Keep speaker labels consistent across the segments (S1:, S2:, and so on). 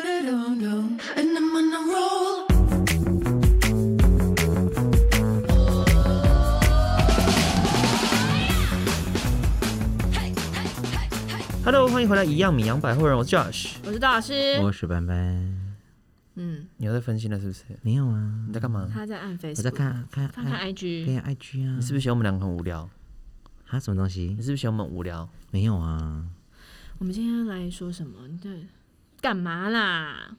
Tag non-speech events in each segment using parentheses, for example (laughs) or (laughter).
S1: And I'm on a roll.
S2: Hello，欢迎回来，一样米阳百货人，我是 Josh。
S3: 我是大老师。
S4: 我是班班，
S3: 嗯，
S2: 你又在分心了是不是？
S4: 没有啊，
S2: 你在干嘛？
S3: 他在按 Facebook，
S4: 我在看看
S3: 翻看 IG，
S4: 对呀，IG 啊，
S2: 你是不是嫌我们两个很无聊？
S4: 啊什么东西
S2: 你？是不是嫌我们无聊？
S4: 没有啊，
S3: 我们今天来说什么？你这干嘛啦？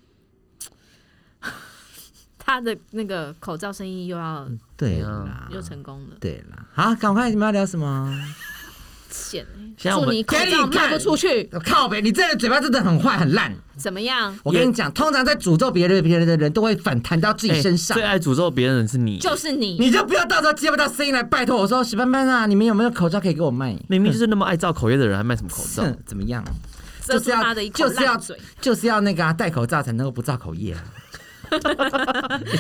S3: (laughs) 他的那个口罩生意又要、
S4: 嗯对啦，
S3: 又成功了，
S4: 对啦，好，赶快你们要聊什么？
S3: 险欸！
S2: 现在我
S3: 祝
S2: 们
S3: 你口
S4: 给
S3: 罩
S4: 你看
S3: 卖不出去，
S4: 靠北，你这人嘴巴真的很坏很烂。
S3: 怎么样？
S4: 我跟你讲，通常在诅咒别人别人的人都会反弹到自
S3: 哎
S4: 己身上
S2: 哎最。
S3: 啊
S2: 爱诅咒别人的是你，
S3: 就是你，
S4: 你就不要到时候接不到声音来拜托我说，史班班啊，你们有没有口罩可以给我卖？
S2: 明明就是那么爱造口业的人，还卖什么口
S4: (laughs)
S2: 罩？
S4: 哼怎么样？
S3: 这
S4: 就是
S3: 是
S4: 要
S3: 他的一口
S4: 就是要
S3: 烂嘴。
S4: 就是要那个啊戴口罩才能够不造口业啊。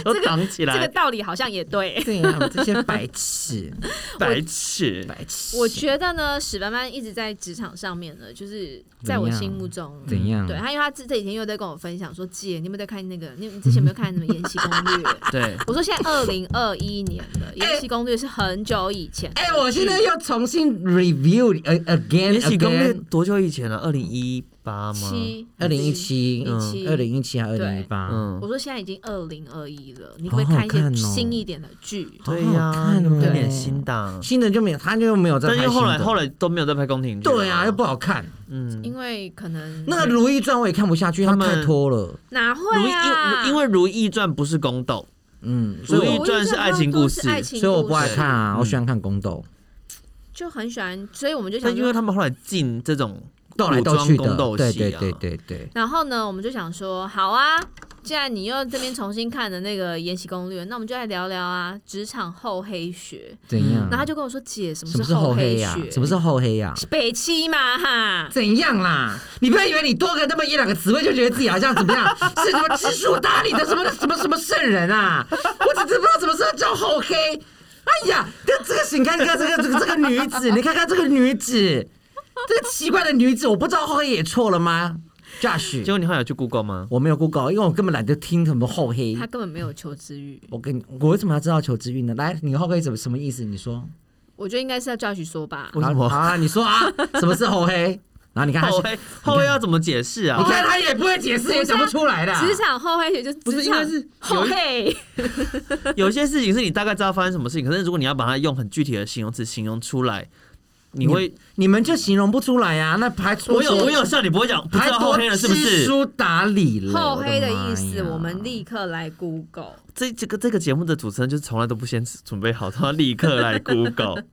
S2: 都挡起
S3: 这个
S2: 来，
S3: 道理好像也
S4: (laughs)
S3: 对。
S4: 对呀、啊，我们这些白痴，
S2: 白
S4: (laughs)
S2: 痴！
S4: 白痴。
S3: 我觉得呢，史班班一直在职场上面呢，就是在我心目中
S4: 怎样
S3: 对他，因为他这这几天又在跟我分享说，姐，你有没有在看那个？你你之前有没有看什么《延禧攻略》？
S2: 对，
S3: 我说现在二零二一年了，《延禧攻略》是很久以前。
S4: 哎、我现在又重新 review a- again，
S2: 延禧攻略多久以前了？啊二零一八吗？
S3: 七
S4: 二零一。七、
S3: 17
S4: 二零一七还二零一
S3: 对
S4: 八，
S2: 嗯
S3: 我，说现在已经二零二一了，你
S4: 好
S3: 会
S4: 好
S3: 看一
S4: 看
S3: 些
S4: 哦
S3: 新一点的剧。
S2: 对
S4: 好好
S2: 呀，
S4: 看哦
S2: 你们有点新的，
S4: 新的就没有，他就没有在
S2: 但
S4: 拍
S2: 是
S4: 新
S2: 后来
S4: 的
S2: 后来都没有在拍宫廷剧了。
S4: 对啊，又不好看。
S2: 嗯，
S3: 因为可能
S4: 那个《如懿传》我也看不下去，它
S2: 他们
S4: 太拖了。
S3: 哪
S2: 如
S3: 会啊？
S2: 懿因因为如懿传不是宫斗，
S4: 嗯，所
S2: 所
S4: 以
S2: 以
S4: 我
S2: 《
S3: 我
S2: 传》
S3: 一直
S2: 是
S3: 不
S2: 爱
S3: 知道
S2: 情故
S3: 都
S2: 事
S3: 是，爱情故事，
S4: 所以我不爱看啊，
S2: 嗯
S4: 我喜欢看宫斗，
S3: 就很喜欢，所以我们就想
S2: 但
S3: 说，
S2: 因为他们后来进这种
S4: 斗来斗去
S2: 古装
S4: 的
S2: 宫。斗戏
S4: 对
S2: 啊
S4: 对对对对，
S3: 然后呢，我们就想说，好啊，既然你又这边重新看的那个《延禧攻略》，那我们就来聊聊啊，职场厚黑学。
S4: 怎样
S2: 嗯
S3: 然后？他就跟我说：“姐，什
S4: 嗯什
S3: 么
S4: 么
S3: 是
S4: 是厚黑
S3: 黑
S4: 呀
S3: 学？？
S4: 什么是厚黑啊呀？
S3: 北七嘛？哈，
S4: 怎样啦？你不要以为你多个那么一两个词汇就觉得自己好像怎
S2: (laughs)
S4: 么样，是什么知书达理的什么什么什么圣人啊？我只是不知道什么时候叫厚黑。哎呀，这这个你看这个这个这个这个女子，你看看这个女子，这个奇怪的女子，我不知道厚黑也错了吗
S2: 结
S4: ？Josh，
S2: 果你后来有去 Google 吗？
S4: 我没有 Google，因为我根本懒得听什么厚黑
S3: 他。根本没有求知欲。
S4: 我跟你，我为什么要知道求知欲呢？来，你厚黑什么什么意思？你说，
S3: 我觉得应该是要教许说吧。
S2: 为什么
S4: 好啊，你说啊，什么是厚黑？然后你看他
S2: 后
S4: 是，
S2: 黑后黑要怎么解释
S4: 你
S2: 啊？
S4: 看他也不会解释，也讲不出来的。
S3: 职场厚黑学就是
S4: 不
S3: 职
S4: 是
S3: 场
S4: 应该是
S3: 厚黑，
S2: (laughs) 有些事情是你大概知道发生什么事情，可是如果你要把它用很具体的形容词形容出来，你会
S4: 你们就形容不出来呀、那还
S2: 我有我有笑，你不会讲不知
S4: 还
S2: 道后黑了是不
S4: 知
S2: 是？
S4: 书达理了，
S3: 厚黑的意
S4: 我
S3: 思，
S4: 的妈呀
S3: 我们立刻来 Google。
S2: 这这个这个节目的主持人就是从来都不先准备好，他立刻来 Google。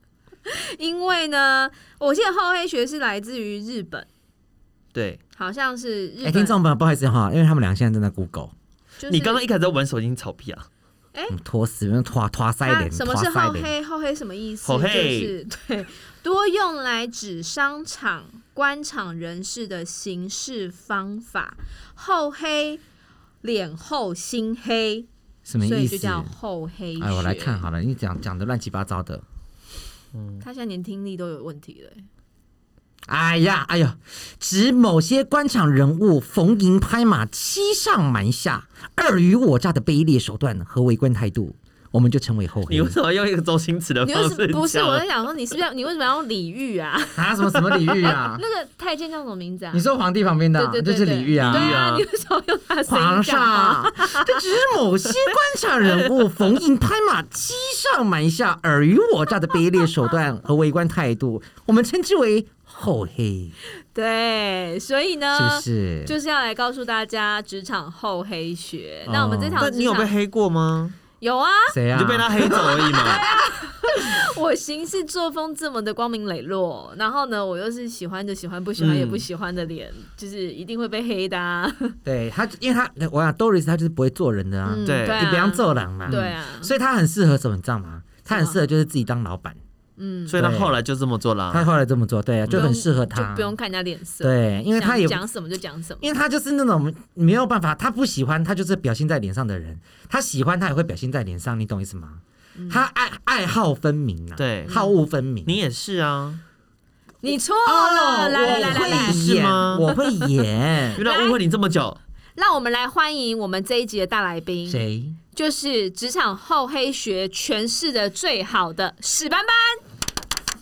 S3: 因为呢，我记得厚黑学是来自于日本，
S2: (laughs) 对
S3: 好像是日
S4: 哎、
S3: 本。
S4: 听众朋友，不好意思哈，因为他们俩现在正在 Google，
S3: 就是
S2: 你刚刚一开始在玩手机，你吵屁啊！
S4: 嗯拖死人，拖拖塞
S3: 它
S4: 脸，
S3: 啊什么
S4: 拖
S3: 是
S4: 塞
S3: 厚
S4: 脸？
S3: 黑？厚黑什么意思？
S2: 厚
S3: 就
S2: 黑
S3: 是 (laughs) 对，多用来指商场、官场人士的行事方法。厚黑，脸厚心黑，
S4: 什么
S3: 所
S4: 意
S3: 以就
S4: 思？
S3: 叫厚黑学。
S4: 哎，我来看，好了，你讲讲的乱七八糟的。
S3: 他现在连听力都有问题了。
S4: 哎呀，哎呦，指某些官场人物逢迎拍马、欺上瞒下、尔虞我诈的卑劣手段和为官态度，我们就称为厚
S2: 你
S4: 黑
S2: 为。什么要用一个周星驰的
S3: 你
S2: 方
S3: 为什
S2: 式
S3: 么不是？
S2: 讲啊
S3: 我在想说，你是不是要你为什么要用李煜啊？
S4: 啊，什么什么李
S3: (laughs)
S4: 煜啊？
S3: 那个太监叫什么名字啊？
S4: 你说皇帝旁边的啊、
S3: 对对对，
S4: 就是李煜啊。
S3: 对
S2: 李煜啊
S3: 啊，你为什么用他的声
S4: 皇
S3: 音讲话？
S4: 上，这只是某些官场人物逢迎拍马、欺上瞒下、尔虞我诈的卑劣手段和为官态度， (laughs) 我们称之为厚黑，
S3: 对，所以呢，
S4: 是不是？
S3: 呃就是要来告诉大家职场厚黑学。
S4: 哦
S3: 那我们这
S2: 那
S3: 场
S2: 你
S3: 职
S2: 有被
S3: 场
S2: 黑过吗？
S3: 有啊，
S4: 谁
S2: 你
S4: 啊？
S2: 就被他黑走而已 (laughs) 嘛。
S3: 我行事作风这么的光明磊落，然后呢，我又是喜欢就喜欢，不喜欢
S2: 嗯
S3: 也不喜欢的脸，就是一定会被黑的、啊。
S4: 对他，因为他我想 Doris 他就是不会做人的啊，
S3: 嗯，
S2: 对
S3: 对
S4: 你
S3: 啊，
S4: 不要做人嘛。
S3: 对啊，
S4: 所以他很适合什么，你知道吗？他很适合就是自己当老板，
S3: 嗯，
S2: 所以他后来就这么做啦
S4: 他。后来这么做，对啊，就很适合
S3: 就
S4: 他
S3: 不。用看人家脸色，，
S4: 对，因为他也
S3: 讲什么就讲什么。
S4: 因为他就是那种没有办法，他不喜欢，他就是表现在脸上的人；他喜欢，他也会表现在脸上，你懂意思吗？他爱爱好分明
S2: 嗯
S4: 啊，
S2: 对
S4: 好恶分明。
S2: 你也是啊，
S3: 你错了，来来来
S4: 哦我
S3: 来
S4: 会
S2: 是
S4: 演，
S2: 吗
S4: 我会演
S2: (laughs) 原。来误会你这么久，
S3: 让我们来欢迎我们这一集的大来宾，
S4: 谁？
S3: 就是职场厚黑学诠释的最好的史班班。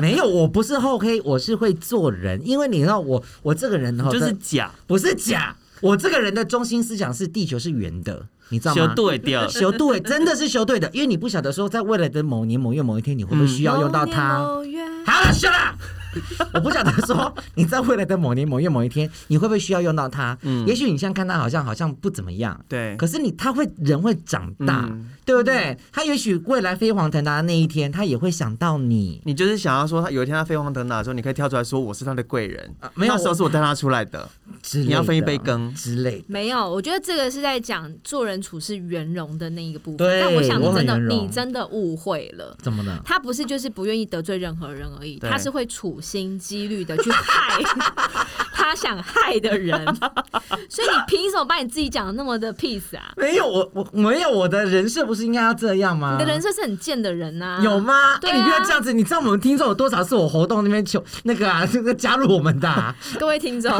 S4: 没有，我不是厚黑，我是会做人。因为你知道我，我这个人哈，
S2: 就是
S4: 这
S2: 假，
S4: 不是假，我这个人的中心思想是地球是圆的，你知道
S2: 修
S4: 吗？
S2: 对掉。
S4: 修对，真的是修对的，因为你不晓得说在未来的某年某月某一天，你会不会需
S2: 嗯
S4: 要用到它。
S3: 某年某月
S4: 好了，shut up (laughs) 我不晓得说你在未来的某年某月某一天，你会不会需要用到它？
S2: 嗯
S4: 也许你现在看它好像好像不怎么样，
S2: (laughs) 对
S4: 可是你它会人会长大，
S2: 嗯
S4: 对不对？它也许未来飞黄腾达的那一天，它也会想到你。
S2: 你就是想要说，他有一天他飞黄腾达的时候，你可以跳出来说我是他的贵人
S4: 啊，没有
S2: 那时候是我带他出来的。
S4: 之类的
S2: 你要分一杯羹
S4: 之类的。
S3: 没有，我觉得这个是在讲做人处事圆融的那一个部分。
S4: 对
S3: 但我想你
S4: 我很
S3: 真的，
S4: 圆融
S3: 你真的误会了。
S4: 怎么了？
S3: 他不是就是不愿意得罪任何人而已，
S2: 对
S3: 他是会处心积虑的去害 (laughs) 他想害的人。所以你凭什么把你自己讲的那么的 peace 啊？
S4: 没有我我没有我的人设不是应该要这样吗？
S3: 你的人设是很贱的人呐、
S4: 有？吗？
S3: 对
S4: 哎、
S3: 啊
S4: 你不要这样子，你知道我们听众有多少是我活动那边求那个啊，这个加入我们
S3: (laughs)
S4: 的、啊，
S3: 各位
S4: (laughs)
S3: 听众，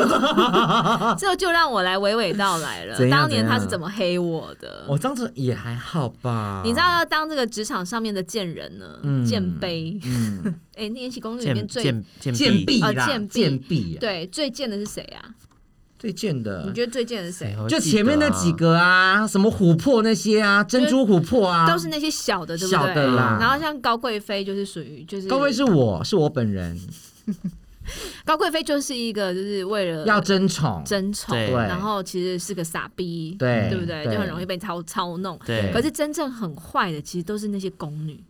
S3: 这就让我来娓娓道来了
S4: 怎。样
S3: 当年他是
S4: 怎样
S3: 怎么黑我的？
S4: 我这样子也还好吧？
S3: 你知道要当这个职场上面的贱人呢，
S4: 嗯
S3: 贱卑。 (laughs)
S4: 嗯，
S3: 哎、那《延禧攻略》里面
S2: 贱
S3: 最
S2: 贱贱
S4: 贱
S2: 婢，
S4: 婢
S3: 啊
S4: 啦，
S3: 贱婢
S4: 贱婢，，
S3: 对最贱的是谁啊？
S4: 最贱的
S3: 你。觉得最贱的是
S2: 谁
S3: 谁？
S2: 会
S4: 就
S2: 记
S4: 前面
S2: 得
S4: 那
S2: 啊
S4: 几个啊，什么琥珀那些啊，珍珠琥珀啊，
S3: 都是那些小的，对不对？
S4: 小的啦
S3: 然后像高贵妃就是属于就是
S4: 高贵是我，是我本人
S3: 高贵妃就是一个就是为了
S4: 要争宠，
S3: 争宠，
S2: 对
S3: 然后其实是个傻逼，
S4: 对
S3: 不对？
S4: 对
S3: 就很容易被操操弄。
S2: 对，
S3: 可是真正很坏的，其实都是那些宫女，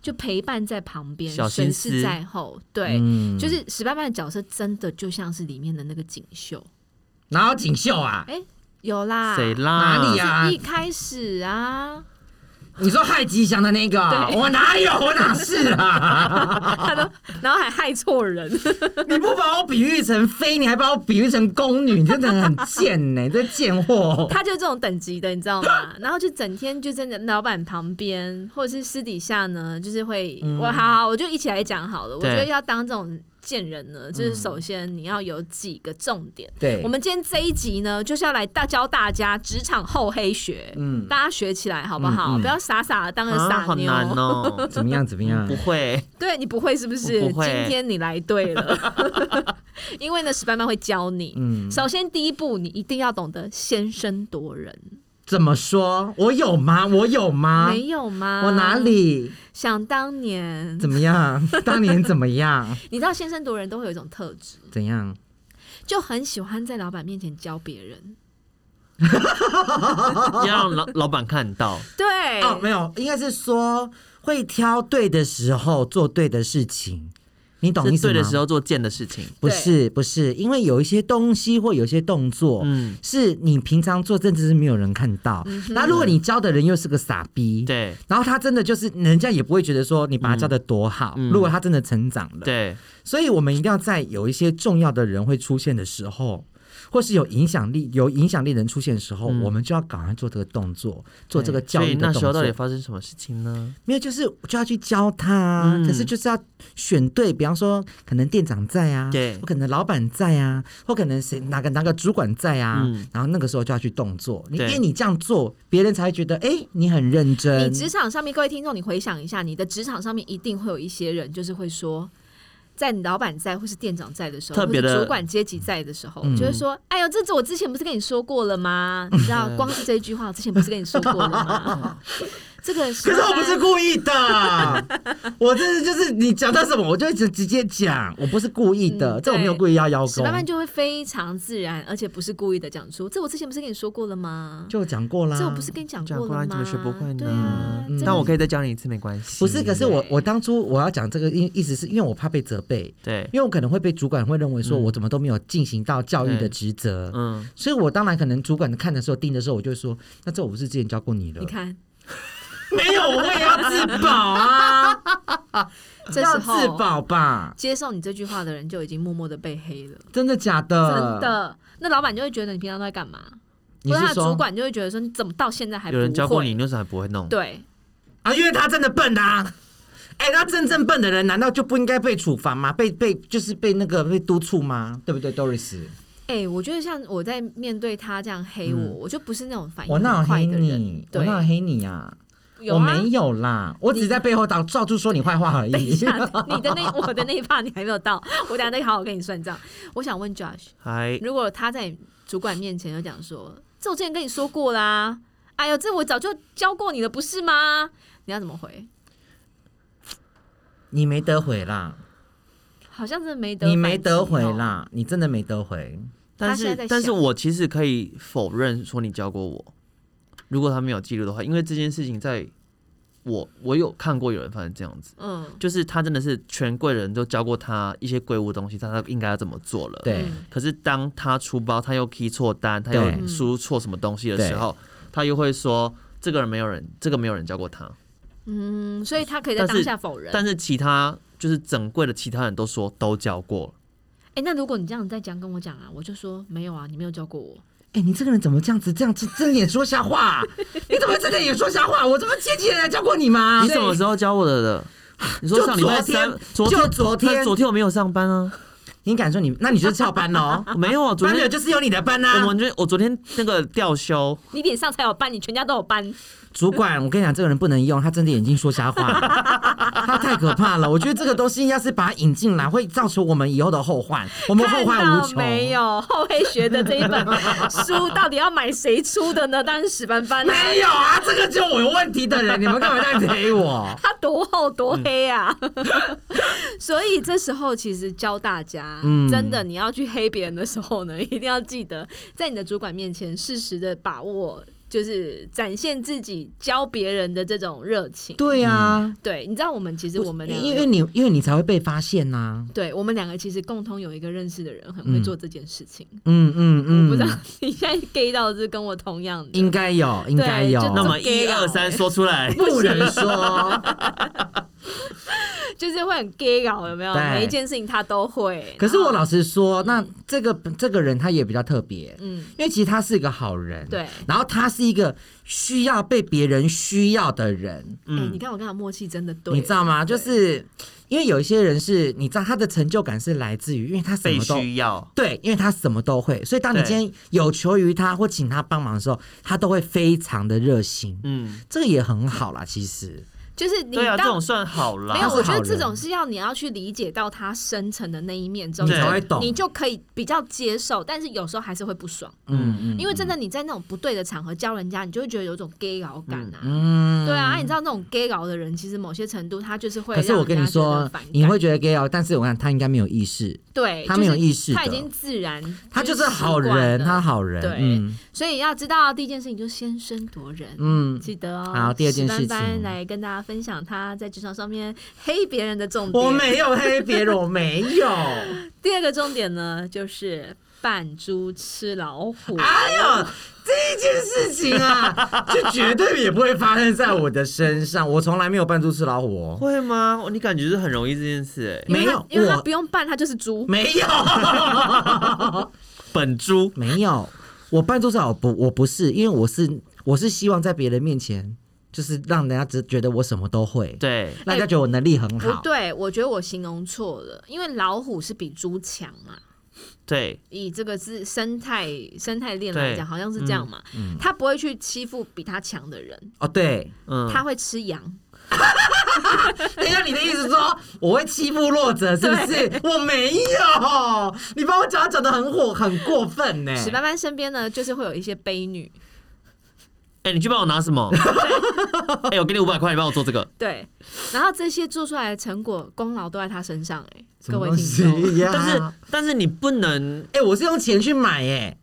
S3: 就陪伴在旁边，
S2: 小
S3: 神
S2: 心
S3: 视
S2: 思
S3: 在后。对，
S4: 嗯
S3: 就是史班班的角色真的就像是里面的那个锦绣，
S4: 哪有锦绣啊？
S3: 哎、有啦，
S2: 谁啦？
S4: 哪里
S3: 是
S4: 呀、啊
S3: 一？开始啊，
S4: 你说害吉祥的那个啊，
S3: 对
S4: 我哪有？我哪是啊？ (laughs)
S3: 他都然后还害错人，
S4: 你不把我比喻成妃，你还把我比喻成宫女，你真的很贱呢、你这贱
S2: (laughs)
S4: 货！
S3: 他就这种等级的，你知道吗？然后就整天就在老板旁边，或者是私底下呢，就是会、我好好，我就一起来讲好了。我觉
S2: 嗯对
S3: 得要当这种贱人呢，就是首先你要有几个重点。
S4: 对
S3: 我们今天这一集呢，就是要来大教大家职场厚黑学，
S4: 嗯
S3: 大家学起来好不好？不要傻傻的当个
S2: 嗯啊，
S3: 傻
S2: 好
S3: 妞。
S2: 难哦。
S4: (laughs) 怎么样？怎么样
S2: 不？会，
S3: 对你不会是不是？
S2: 我不会
S3: 今天你来对了，
S2: (laughs)
S3: 因为呢，史班班会教你。
S4: 嗯
S3: 首先第一步，你一定要懂得先声夺人，
S4: 怎么说？我有吗？我有吗？
S3: 没有啊吗？
S4: 啊我哪？里？
S3: 想当年，
S4: 怎么样？当年怎么
S3: (laughs)
S4: 样？
S3: 你知道先声夺人都会有一种特质，
S4: 怎样？
S3: 就很喜欢在老板面前教别人。
S2: 要让老老板看到。
S3: 对，
S4: 哦，没有，应该是说会挑对的时候做对的事情，哦你懂意
S2: 是
S4: 思吗？
S2: 对的时候做贱的事情。
S4: 不是不是，因为有一些东西或有一些动作，
S2: 嗯，
S4: 是你平常做，真的是没有人看到。那、如果你教的人又是个傻逼，，
S2: 对
S4: 然后他真的就是人家也不会觉得说你把他教的多好。
S2: 嗯嗯
S4: 如果他真的成长了，，
S2: 对，
S4: 所以我们一定要在有一些重要的人会出现的时候。或是有影响力、有影响力的人出现的时候，我们就要赶快做这个动作，做这个教
S2: 嗯所以
S4: 育的
S2: 那
S4: 动作。
S2: 时候到底发生什么事情呢？
S4: 没有，就是就要去教他，啊
S2: 嗯
S4: 可是就是要选对，比方说可能店长在啊，
S2: 对
S4: 或可能老板在啊，或可能谁哪个哪个主管在啊，
S2: 嗯
S4: 然后那个时候就要去动作，你因
S2: 对
S4: 为你这样做，别人才会觉得哎、你很认真。
S3: 你职场上面，各位听众，你回想一下，你的职场上面一定会有一些人，就是会说，在你老板在或是店长在的时候，
S2: 特别的
S3: 或是主管阶级在的时候，
S4: 嗯
S3: 就会说，哎呦，这次我之前不是跟你说过了
S4: (laughs)
S3: 吗？你知道，光是这一句话，我之前不是跟你说过了吗？这个
S4: 可是我不是故意
S3: (laughs)
S4: 的，我这是就是你讲到什么，我就直直接讲，我不是故意的，
S3: 嗯
S4: 这我没有故意要邀
S3: 史
S4: 功
S3: 慢，慢就会非常自然，而且不是故意的讲出，这我之前不是跟你说过了吗？
S4: 就讲过啦。
S3: 这我不是跟你讲
S2: 讲
S3: 过
S2: 过
S3: 了
S2: 来
S3: 吗？
S2: 你怎么学不会
S3: 对啊
S2: 呢？，
S3: 真的
S2: 但我可以再教你一次，没关系。
S4: 不是，可是我
S3: 对
S4: 我当初我要讲这个意意思是因为我怕被责备，
S2: 对，
S4: 因为我可能会被主管会认为
S3: 嗯
S4: 说我怎么都没有进行到教育的职责，
S2: 嗯，
S4: 所以我当然可能主管看的时候盯的时候，我就说，那这我不是之前教过你了？
S3: 你看，
S4: 没有，我也要自保啊，
S3: (laughs) 这
S4: 要
S3: 时
S4: 自
S3: 候
S4: 保吧？
S3: 接受你这句话的人就已经默默的被黑了。
S4: 真的假的？
S3: 真，的，那老板就会觉得你平常都在干嘛？
S4: 你
S3: 或者他
S4: 是
S3: 的
S4: 说
S3: 主管就会觉得说你怎么到现在还不
S2: 有
S3: 会？
S2: 人教过你，你为什么还不会弄？
S3: 对，
S4: 啊？因为他真的笨啊！哎、那真正笨的人难道就不应该被处罚吗？被被就是被那个被督促吗？对不对，Doris？
S3: 哎、我觉得像我在面对他这样黑我，我就不是那种反应
S4: 我哪有
S3: 哎很快
S4: 黑
S3: 的人
S4: 你？。我哪有黑你啊？
S3: 有
S4: 我
S3: 啊
S4: 没有啦，我只是在背后到到处说你坏话而
S3: (laughs) 等一
S4: 已。
S3: 下，你的那我的那一趴你还没有到，我等下再好好跟你算账。我想问 Josh，
S2: 还
S3: 如果他在主管面前就讲说：“这我之前跟你说过啦，哎呦，这我早就教过你了，不是吗？”你要怎么回？
S4: (laughs) 你没得回啦，
S3: 好像真的没得，哦
S4: 你没得回。
S2: 哦
S4: 啦，你真的没得回。
S2: 但
S3: 现在
S2: 是
S3: 在
S2: 但是
S3: 想
S2: 我其实可以否认说你教过我，如果他没有记录的话，因为这件事情在我我有看过有人发生这样子，
S3: 嗯，
S2: 就是他真的是全贵人都教过他一些贵物东西，但他应该要怎么做了。
S4: 对
S3: 嗯
S2: 可是当他出包，他又 key 错单，他又
S4: 对
S2: 输入错什么东西的时候，他又会说这个人没有人，这个没有人教过他。
S3: 嗯，所以他可以在当下否认。
S2: 但是其他就是整柜的其他人都说都教过了。
S3: 哎、那如果你这样再讲跟我讲啊，我就说没有啊，你没有教过我。
S4: 哎、你这个人怎么这样子？这样子睁眼说瞎话、
S2: (laughs)
S4: 你怎么睁着眼说瞎话？我这么接近人来教过你吗
S2: 你？什么时候教我的的？你说
S4: 啊就
S2: 上礼拜三，昨
S4: 昨天
S2: 天
S4: 就昨天
S2: 但哦昨天我没有上班
S3: (laughs)
S2: 啊，
S4: 你敢说你？那你就是翘
S2: (laughs)
S4: 班喽？
S2: 没有啊，昨
S4: 班
S2: 天
S4: 友就是有你的班啊
S2: 我
S4: 呐、
S2: 们就我昨天那个调
S4: 哦
S2: 休，
S3: 你脸上才有斑，你全家都有斑。
S4: 主管，我跟你讲，这个人不能用，他睁着眼睛说
S2: (laughs)
S4: 瞎话，他太可怕了。我觉得这个东西要是把它引进来，会造成我们以后的后患，我们后
S3: 看
S4: 患无
S3: 到
S4: 穷。
S3: 没有？厚黑学的这一本书到底要买谁出的呢？当然是史班班啊，
S4: (laughs) 没有啊，这个就我有问题的人，你们干嘛这样子黑
S2: (laughs)
S4: 我？
S3: 它多厚多
S4: 嗯
S3: 黑啊！ (laughs) 所以这时候其实教大家，
S4: 嗯
S3: 真的你要去黑别人的时候呢，一 (laughs) 定要记得在你的主管面前适时的把握，就是展现自己教别人的这种热情。
S4: 对呀、
S2: 啊
S3: 对，你知道我们其实我们两
S4: 因为
S3: 个。
S4: 你因为你才会被发现呐、
S3: 对我们两个其实共同有一个认识的人很会做这件事情，
S4: 嗯嗯
S3: 我不知道
S4: 嗯，
S3: (laughs) 你现在 gay 到的是跟我同样的，
S4: 应该有，应该有
S3: 就。
S2: 那
S3: 么
S2: 么一二
S3: 啊
S2: 三说出
S3: 哎
S2: 来，
S4: 不能说，
S3: 就是会很 gay 搞，有没有？
S4: 对
S3: 每一件事情他都会。
S4: 可是我
S3: 然后哎
S4: 老实说，那这个这个人他也比较特别，
S3: 嗯，
S4: 因为其实他是一个好人，
S3: 对
S4: 然后他是一个需要被别人需要的人，
S3: 哎、你
S2: 嗯，
S3: 看我跟他默契真的对，
S4: 你知道吗？就
S3: 对
S4: 是因为有一些人是，你知道他的成就感是来自于，因为他什
S2: 被
S4: 么都
S2: 需要，
S4: 对，因为他什么都会，所以当你
S2: 对
S4: 今天有求于他或请他帮忙的时候，他都会非常的热心，
S2: 嗯，
S4: 这个也很好啦，其实。
S3: 就是你
S2: 对啊，这
S3: 当、
S2: 种算好啦。
S3: 没有，
S4: 他是
S3: 我觉得
S4: 好人
S3: 这种是要你要去理解到他深层的那一面之后，
S2: 对
S3: 你就
S2: 才会
S4: 懂
S3: 你就可以比较接受，但是有时候还是会不爽，
S4: 嗯嗯，
S3: 因为真的你在那种不对的场合教人家，你就会觉得有一种 gay 搞感啊。
S4: 嗯
S3: 对啊，你知道那种 gay 搞的人，其实某些程度他就是会
S4: 可
S3: 让人家
S4: 是我
S3: 觉得
S4: 跟你说
S3: 反感，
S4: 你会觉得 gay 哦，但是我看他应该没有意识，
S3: 对，
S4: 他没有意识
S3: 就是他已
S4: 的
S3: 经自然，
S4: 他就是
S3: 习
S4: 好
S3: 惯
S4: 人，
S3: 了
S4: 他好人。
S3: 对
S4: 嗯
S3: 所以要知道第一件事情就是先声夺人，
S4: 嗯，
S3: 记得哦。
S4: 好第二件事情
S3: 史班班来跟大家分享他在职场上面黑别人的重点。
S4: 我没有黑别人，我没
S3: (laughs)
S4: 有。
S3: 第二个重点呢，就是扮猪吃老虎。
S4: 哎呦，这一件事情
S3: (laughs)
S4: 啊，就绝对也不会发生在我的身上，我从来没有扮猪吃老虎哦，
S2: 会吗？你感觉是很容易这件事哎，
S3: 因为他
S4: 没有
S3: 因为他
S4: 我嗯
S3: 不用扮，他就是猪。
S4: 没有，
S2: 本猪
S4: 没有。我扮猪吃老虎不，我不是，因为我是我是希望在别人面前，就是让人家只觉得我什么都会，
S2: 对，
S4: 让人家觉得我能力很
S3: 不
S4: 好。
S3: 哎对，我觉得我形容错了，因为老虎是比猪强嘛。
S2: 对，
S3: 以这个是生态生态链来
S2: 对
S3: 讲，好像是这样嘛。
S4: 嗯
S3: 他不会去欺负比他强的人，
S4: 哦，对，
S2: 嗯，
S3: 他会吃羊。
S4: 等一下，你的意思说我会欺负弱者是不是？我没有，你把我讲话讲的很火，很过分呢、
S3: 史班班身边呢，就是会有一些悲女，
S2: 哎，你去帮我拿什么？哎，我给你五百块，你帮我做这
S3: (laughs)
S2: 个。
S3: 对，然后这些做出来的成果功劳都在他身上、哎，各
S4: 什么
S3: 位
S4: 东西
S3: 听众，
S4: 呀？
S2: 但
S3: 啊
S2: 是但是你不能
S4: 哎、我是用钱去买耶、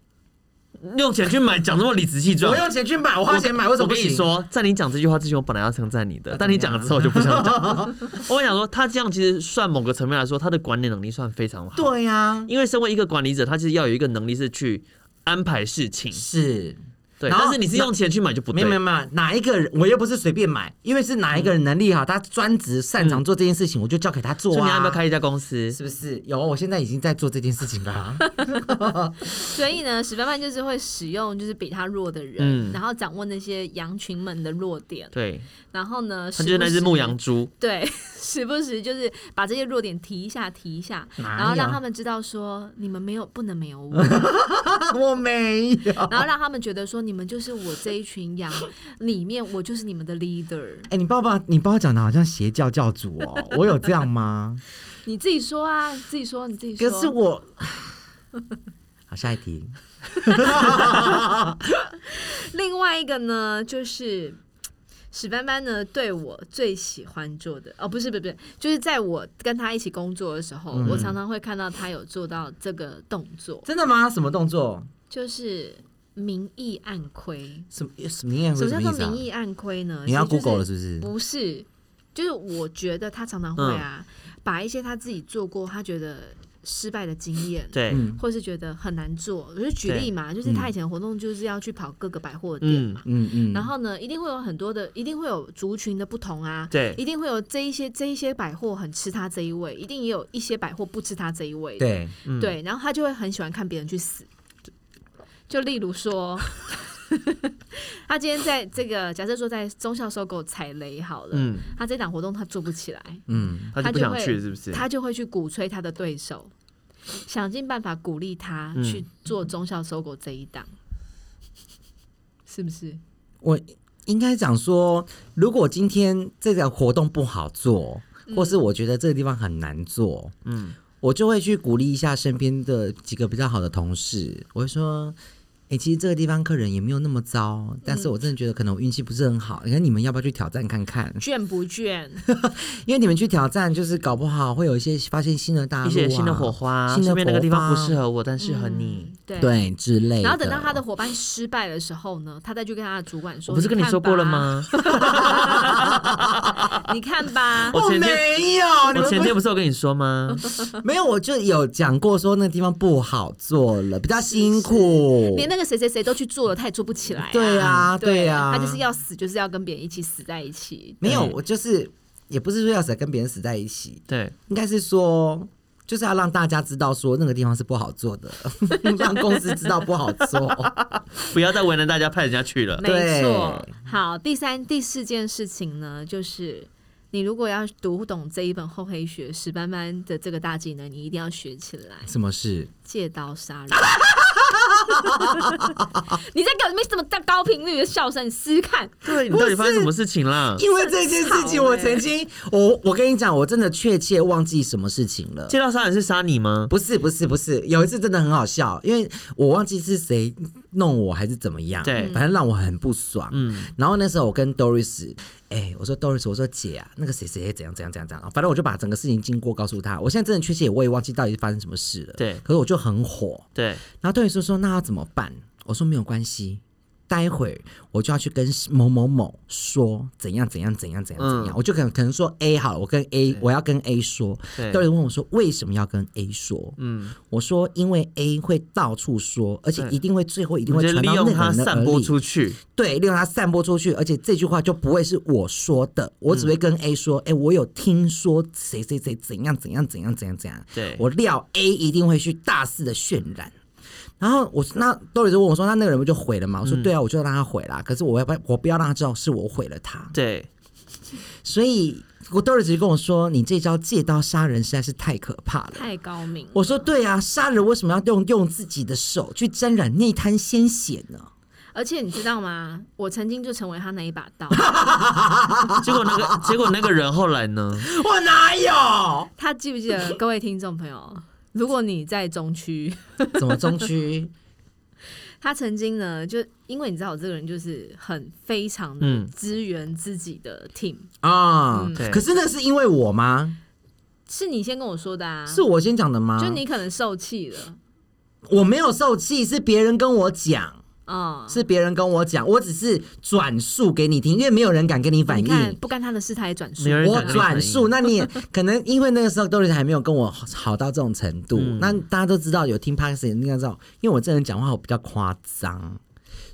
S2: 用钱去买，讲这么理直气壮
S4: 我。用钱去买，我花钱买，为什么
S2: 我
S4: 不
S2: 跟你
S4: 行？呃
S2: 说，在你讲这句话之前，我本来要称赞你的，但你讲了之后，我就不想讲了。
S4: 啊
S2: (laughs) 我想说，他这样其实算某个层面来说，他的管理能力算非常好。，
S4: 对啊呀、
S2: 因为身为一个管理者，他其实要有一个能力是去安排事情，
S4: 是
S2: 对，
S4: 然后
S2: 但是你是用钱去买就不对
S4: 没有，没有没有，哪一个人我又不是随便买，因为是哪一个人能力好，他专职擅长做这件事情，我就交给他做
S2: 嗯所以
S4: 啊。
S2: 你要不要开一家公司？
S4: 是不是有？我现在已经在做这件事情了。啊
S2: (laughs)
S3: 所以呢，史班班就是会使用就是比他弱的人，
S2: 嗯
S3: 然后掌握那些羊群们的弱点，
S2: 对，
S3: 然后呢，
S2: 他就是那只
S3: 时不
S2: 牧
S3: 时
S2: 羊猪，
S3: 对， (laughs) 时不时就是把这些弱点提一下提一下，
S4: 哪
S3: 然后让
S4: 有
S3: 他们知道说你们没有不能没
S2: (laughs)
S3: 有我，
S4: 我没有。哎、
S3: 然后让他们觉得说你们就是我这一群羊里面我就是你们的 leader，
S4: 哎你爸爸，你爸爸讲的好像邪教教主哦，我有这样吗？
S3: 你自己说啊，你自己 (laughs) 说，你自己说。
S4: 可是我，好，下一题。
S3: 另外一个呢，就是史班班呢对我最喜欢做的哦，不是不是不是，就是在我跟他一起工作的时候，
S4: 嗯
S3: 我常常会看到他有做到这个动作，
S4: 真的吗？什么动作？
S3: 就是明义暗亏。
S4: 什么什么意
S3: 什
S4: 思？
S3: 么叫
S4: 意思
S3: 做
S4: 啊
S3: 明义暗亏呢？
S4: 你要
S3: 其实就是
S4: Google 了是不是？嗯
S3: 不是，就是我觉得他常常会啊，把一些他自己做过他觉得失败的经验，
S2: 对，
S4: 嗯
S3: 或是觉得很难做，我就举
S2: 对
S3: 例嘛，就是他以前的活动就是要去跑各个百货店
S2: 嗯
S3: 嘛。
S4: 嗯嗯
S3: 然后呢，一定会有很多的，一定会有族群的不同啊，
S2: 对
S3: 一定会有这一些这一些百货很吃他这一位，一定也有一些百货不吃他这一位，
S4: 对，
S2: 嗯，
S3: 对，然后他就会很喜欢看别人去死，就例如说， (laughs) 他今天在这个假设说在中校收购踩雷好了，
S2: 嗯，
S3: 他这档活动他做不起来，
S4: 嗯，
S2: 他
S3: 他
S2: 就不
S3: 就
S2: 想
S3: 会
S2: 去，是不是？
S3: 他就会去鼓吹他的对手，想尽办法鼓励他
S2: 嗯
S3: 去做中校收购这一档，是
S2: (laughs)
S3: 不是？
S4: 我应该讲说，如果今天这个活动不好做，或是我觉得这个地方很难做，
S2: 嗯，
S4: 我就会去鼓励一下身边的几个比较好的同事，我会说。哎、其实这个地方客人也没有那么糟，但
S2: 嗯
S4: 是我真的觉得可能我运气不是很好。你看你们要不要去挑战看看？
S3: 倦不倦？
S4: 因为你们去挑战，就是搞不好会有一些发现新的大陆、啊、
S2: 一些新的火花，
S4: 新的
S2: 顺便那个地方
S4: 火
S2: 不
S4: 花
S2: 适合我，但适合
S3: 嗯
S2: 你。，
S3: 对。
S4: 对之类的。
S3: 然后等到他的伙伴失败的时候呢，他再去跟他的主管说：“
S2: 我不是跟你
S3: 看
S2: 说过了
S3: 吧？
S2: 吗？
S3: (laughs)
S4: 嗯
S3: 你看吧，
S2: 我
S4: 我
S2: 前天
S4: 没有，你
S2: 我
S4: 们
S2: 前
S4: 不
S2: 天不是有跟你说吗？
S4: 没有，我就有讲过说那个地方不好做了，比较辛苦。
S3: 连那个谁谁谁都去做了，他也做不起来、嗯
S4: 对啊
S3: 对
S4: 对啊
S3: 他就是要嗯死，就是要跟别人一起死在一起。
S4: 没有，
S2: 对
S4: 我就是也不是说要死跟别人死在一起，
S2: 对，
S4: 应该是说就是要让大家知道说那个地方是不好做的， (laughs) 让公司知道不好
S3: (laughs)
S4: 做。
S2: 不要再为难大家，派人家去了。
S3: 没错。好，第三、第四件事情呢，就是你如果要读懂这一本厚黑学史斑斑的这个大技能，你一定要学起来，
S4: 什么事？
S3: 借刀杀人。 (laughs) 你在搞什么这么大高频率的笑声？你试试看，
S2: 对你到底发生什
S4: 不
S2: 么事情啦？
S4: 因为这件事
S3: 很吵
S4: 情，
S3: 欸
S4: 我曾经，我我跟你讲，我真的确切忘记什么事情了。
S2: 借刀杀人是杀你吗？
S4: 不是不是不是，有一次真的很好笑，因为我忘记是谁弄我还是怎么样，
S2: 对
S4: 反正让我很不爽。
S2: 嗯，
S4: 然后那时候我跟 Doris，哎、我说 Doris，我说姐啊，那个谁谁谁怎样怎样怎样怎样，反正我就把整个事情经过告诉他。我现在真的确切我也忘记到底发生什么事了。
S2: 对
S4: 可是我就很火。
S2: 对，
S4: 然后 Doris 说说那要怎么办？我说没有关系，待会儿我就要去跟某某某说怎样怎样怎样怎样怎样，
S2: 嗯
S4: 我就可能可能说 A 好了，我跟 A 我要跟 A 说。
S2: 对
S4: Doris 问我说为什么要跟 A 说？
S2: 嗯，
S4: 我说因为 A 会到处说，而且
S2: 对
S4: 一定会最后一定
S2: 我
S4: 会
S2: 就
S4: 传
S2: 利
S4: 到那个
S2: 用
S4: 人的
S2: 它
S4: 耳
S2: 散
S4: 里。
S2: 播出去。
S4: 对，令它散播出去，而且这句话就不会是我说的，我只会跟
S2: 嗯
S4: A 说，哎、我有听说谁谁谁怎样怎样怎样怎样怎样，
S2: 对
S4: 我料 A 一定会去大肆的渲染。然后我那兜里就问我说：“那那个人不就毁了吗？”我
S2: 嗯
S4: 说：“对啊，我就让他毁了。可是我要不要我不要让他知道是我毁了他。 (laughs)
S2: 对，
S4: 所以，我兜里就跟我说：‘你这招借刀杀人实在是太可怕了。’
S3: 太高明了。
S4: 我说：‘对啊，杀人为什么要用用自己的手去沾染那滩鲜血呢？’
S3: 而且你知道吗？我曾经就成为他那一把刀。 (laughs)
S2: 结果那个结果那个人后来呢？
S4: 我哪有？
S3: 他记不记得各位听众朋友？如果你在中区，
S4: 怎么中区？
S3: 他曾经呢，就因为你知道我这个人就是很非常的
S2: 嗯
S3: 支援自己的 team，、
S4: (laughs) 啊、
S3: 嗯
S2: 对
S4: 可是那是因为我吗？
S3: 是你先跟我说的啊，
S4: 是我先讲的吗？
S3: 就你可能受气了，
S4: 我没有受气，是别人跟我讲，
S3: 嗯，
S4: 是别人跟我讲，我只是转述给你听，因为没有人敢跟你反
S3: 你看
S4: 应。
S3: 不干他的事，他也转述
S2: 没，有人
S4: 我
S2: 敢跟你反
S4: 转
S2: 应
S4: 述，那你也可能因为那个时候 d o 还没有跟我好到这种程度，
S2: 嗯
S4: 那大家都知道有听 p a s 应该知道，因为我这人讲话我比较夸张，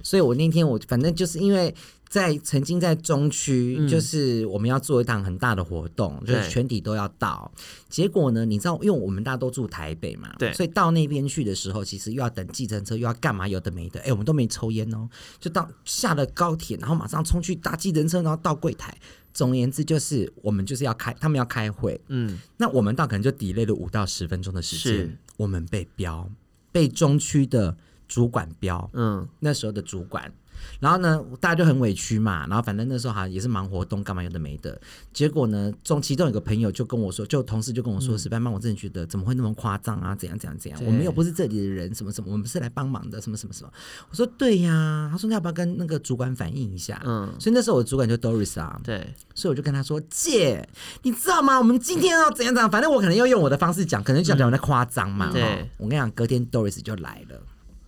S4: 所以我那天我反正就是因为在曾经在中区，
S2: 嗯
S4: 就是我们要做一档很大的活动，就是
S2: 对
S4: 全体都要到。结果呢，你知道，因为我们大家都住台北嘛，
S2: 对
S4: 所以到那边去的时候，其实又要等计程车，又要干嘛，有的没的。哎、我们都没抽烟哦，就到下了高铁，然后马上冲去搭计程车，然后到柜台。总而言之，就是我们就是要开，他们要开会，
S2: 嗯，
S4: 那我们到可能就 delay 了五到十分钟的时间
S2: 是，
S4: 我们被标，被中区的主管标，
S2: 嗯，
S4: 那时候的主管。然后呢，大家就很委屈嘛。然后反正那时候好像也是忙活动，干嘛有的没的。结果呢，中其中有个朋友就跟我说，就同事就跟我说，石斑斑，我真的觉得怎么会那么夸张啊？怎样怎样怎
S2: 嗯
S4: 样？
S2: 对
S4: 我们又不是这里的人，什么什么，我们是来帮忙的，什么什么什么。我说对呀、他说那要不要跟那个主管反映一下？
S2: 嗯
S4: 所以那时候我的主管就 Doris 啊，
S2: 对，
S4: 所以我就跟他说：“姐，你知道吗？我们今天要怎样怎样，反正我可能要用我的方式讲，可能讲讲我在夸张嘛。
S2: 嗯
S4: 哦
S2: 对
S4: 我跟你讲，隔天 Doris 就来了。 (laughs)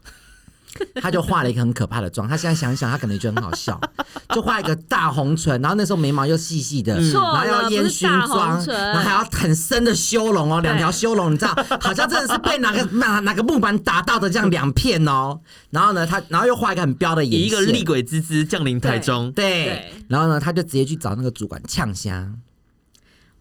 S4: 他就化了一个很可怕的妆，他现在想一想，他可能觉得很好笑， (laughs) 就画一个大红唇，然后那时候眉毛又细细的，
S2: 嗯
S3: 错
S4: 然
S3: 了
S4: 后要烟熏
S3: 不是大
S4: 妆
S3: 红，唇
S4: 然后还要很深的修容哦，两条修容，你知道，好像真的是被哪个哪哪个木板打到的这样两片哦。然后呢，他然后又画一个很标的眼
S2: 以
S4: 线，
S2: 一个厉鬼之姿降临台中，
S4: 对，
S3: 对
S4: 然后呢，他就直接去找那个主管呛虾。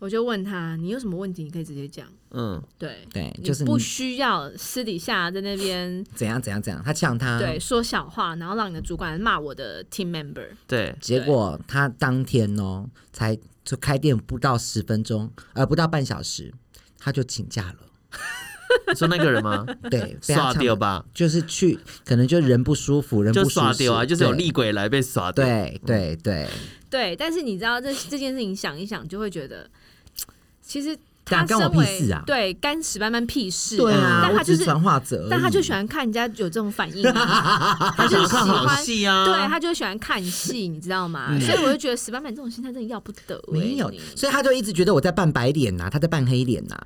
S3: 我就问他，你有什么问题，你可以直接讲。
S2: 嗯，
S3: 对
S4: 对
S3: 你
S4: 就是
S3: 不
S4: 你
S3: 需要私底下在那边
S4: 怎样怎样怎样，他呛他，
S3: 对，说小话，然后让你的主管骂我的 team member。
S2: 对，
S4: 结果他当天哦，才就开店不到十分钟，呃，不到半小时，他就请
S2: (laughs)
S4: 假了，
S2: 你说那个人吗？
S4: 对， (laughs) 被他
S2: 刷
S4: 呛
S2: 掉，吧，
S4: 就是去，可能就人不舒服，人
S2: 就
S4: 不舒
S2: 刷掉啊，
S4: 适
S2: 就是有
S4: 对
S2: 厉鬼来被刷掉，
S4: 对对对，
S3: 对，但是你知道这这件事情想一想，就会觉得其实他
S4: 干干我
S3: 身为
S4: 屁事啊
S3: 对，干史斑斑屁事。
S4: 对啊，
S3: 但
S4: 我
S3: 他就
S4: 只
S3: 是，
S4: 传话者而已，
S3: 但他就喜欢看人家有这种反应
S4: (laughs)
S3: 啊，他
S2: 他想要
S3: 就是喜
S2: 看好
S3: 欢。
S2: 戏啊，
S3: 对他就喜欢看戏，你知道吗？所以我就觉得石斑板这种心态真的要不得、欸。
S4: 嗯没有
S3: 你，
S4: 所以他就一直觉得我在扮白脸啊呐、他在扮黑脸呐、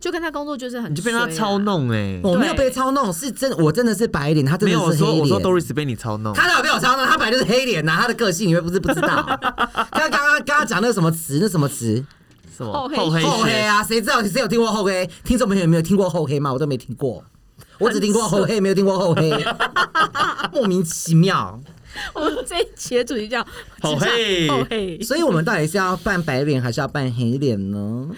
S3: 就跟他工作就是很、啊
S2: 你就被他操。弄哎，
S4: 我没有被操弄，是真，我真的是白脸，他真
S2: 没
S4: 的
S2: 有，我
S4: 哦是黑
S2: 说
S4: 脸。
S2: 我说 Doris 被你操弄，
S4: 他哪有被我操弄？他本来就是黑脸呐、他的个性你会不是不知
S2: (laughs)
S4: 道。他刚刚刚刚讲那个什么词，那什么词？
S2: 什么
S3: 厚黑
S2: 厚黑
S4: 厚黑
S2: 学，
S4: 啊，谁知道谁有听过厚黑？听众朋友有没有听过厚黑吗？我都没听过，我只听过厚黑，没有听过
S2: (laughs)
S4: 厚黑，莫名其妙。
S3: 我们这一期的主题叫
S2: 好
S3: 职场
S2: 嘿
S3: 好嘿。
S4: 所以我们到底是要扮白脸还是要扮黑脸呢？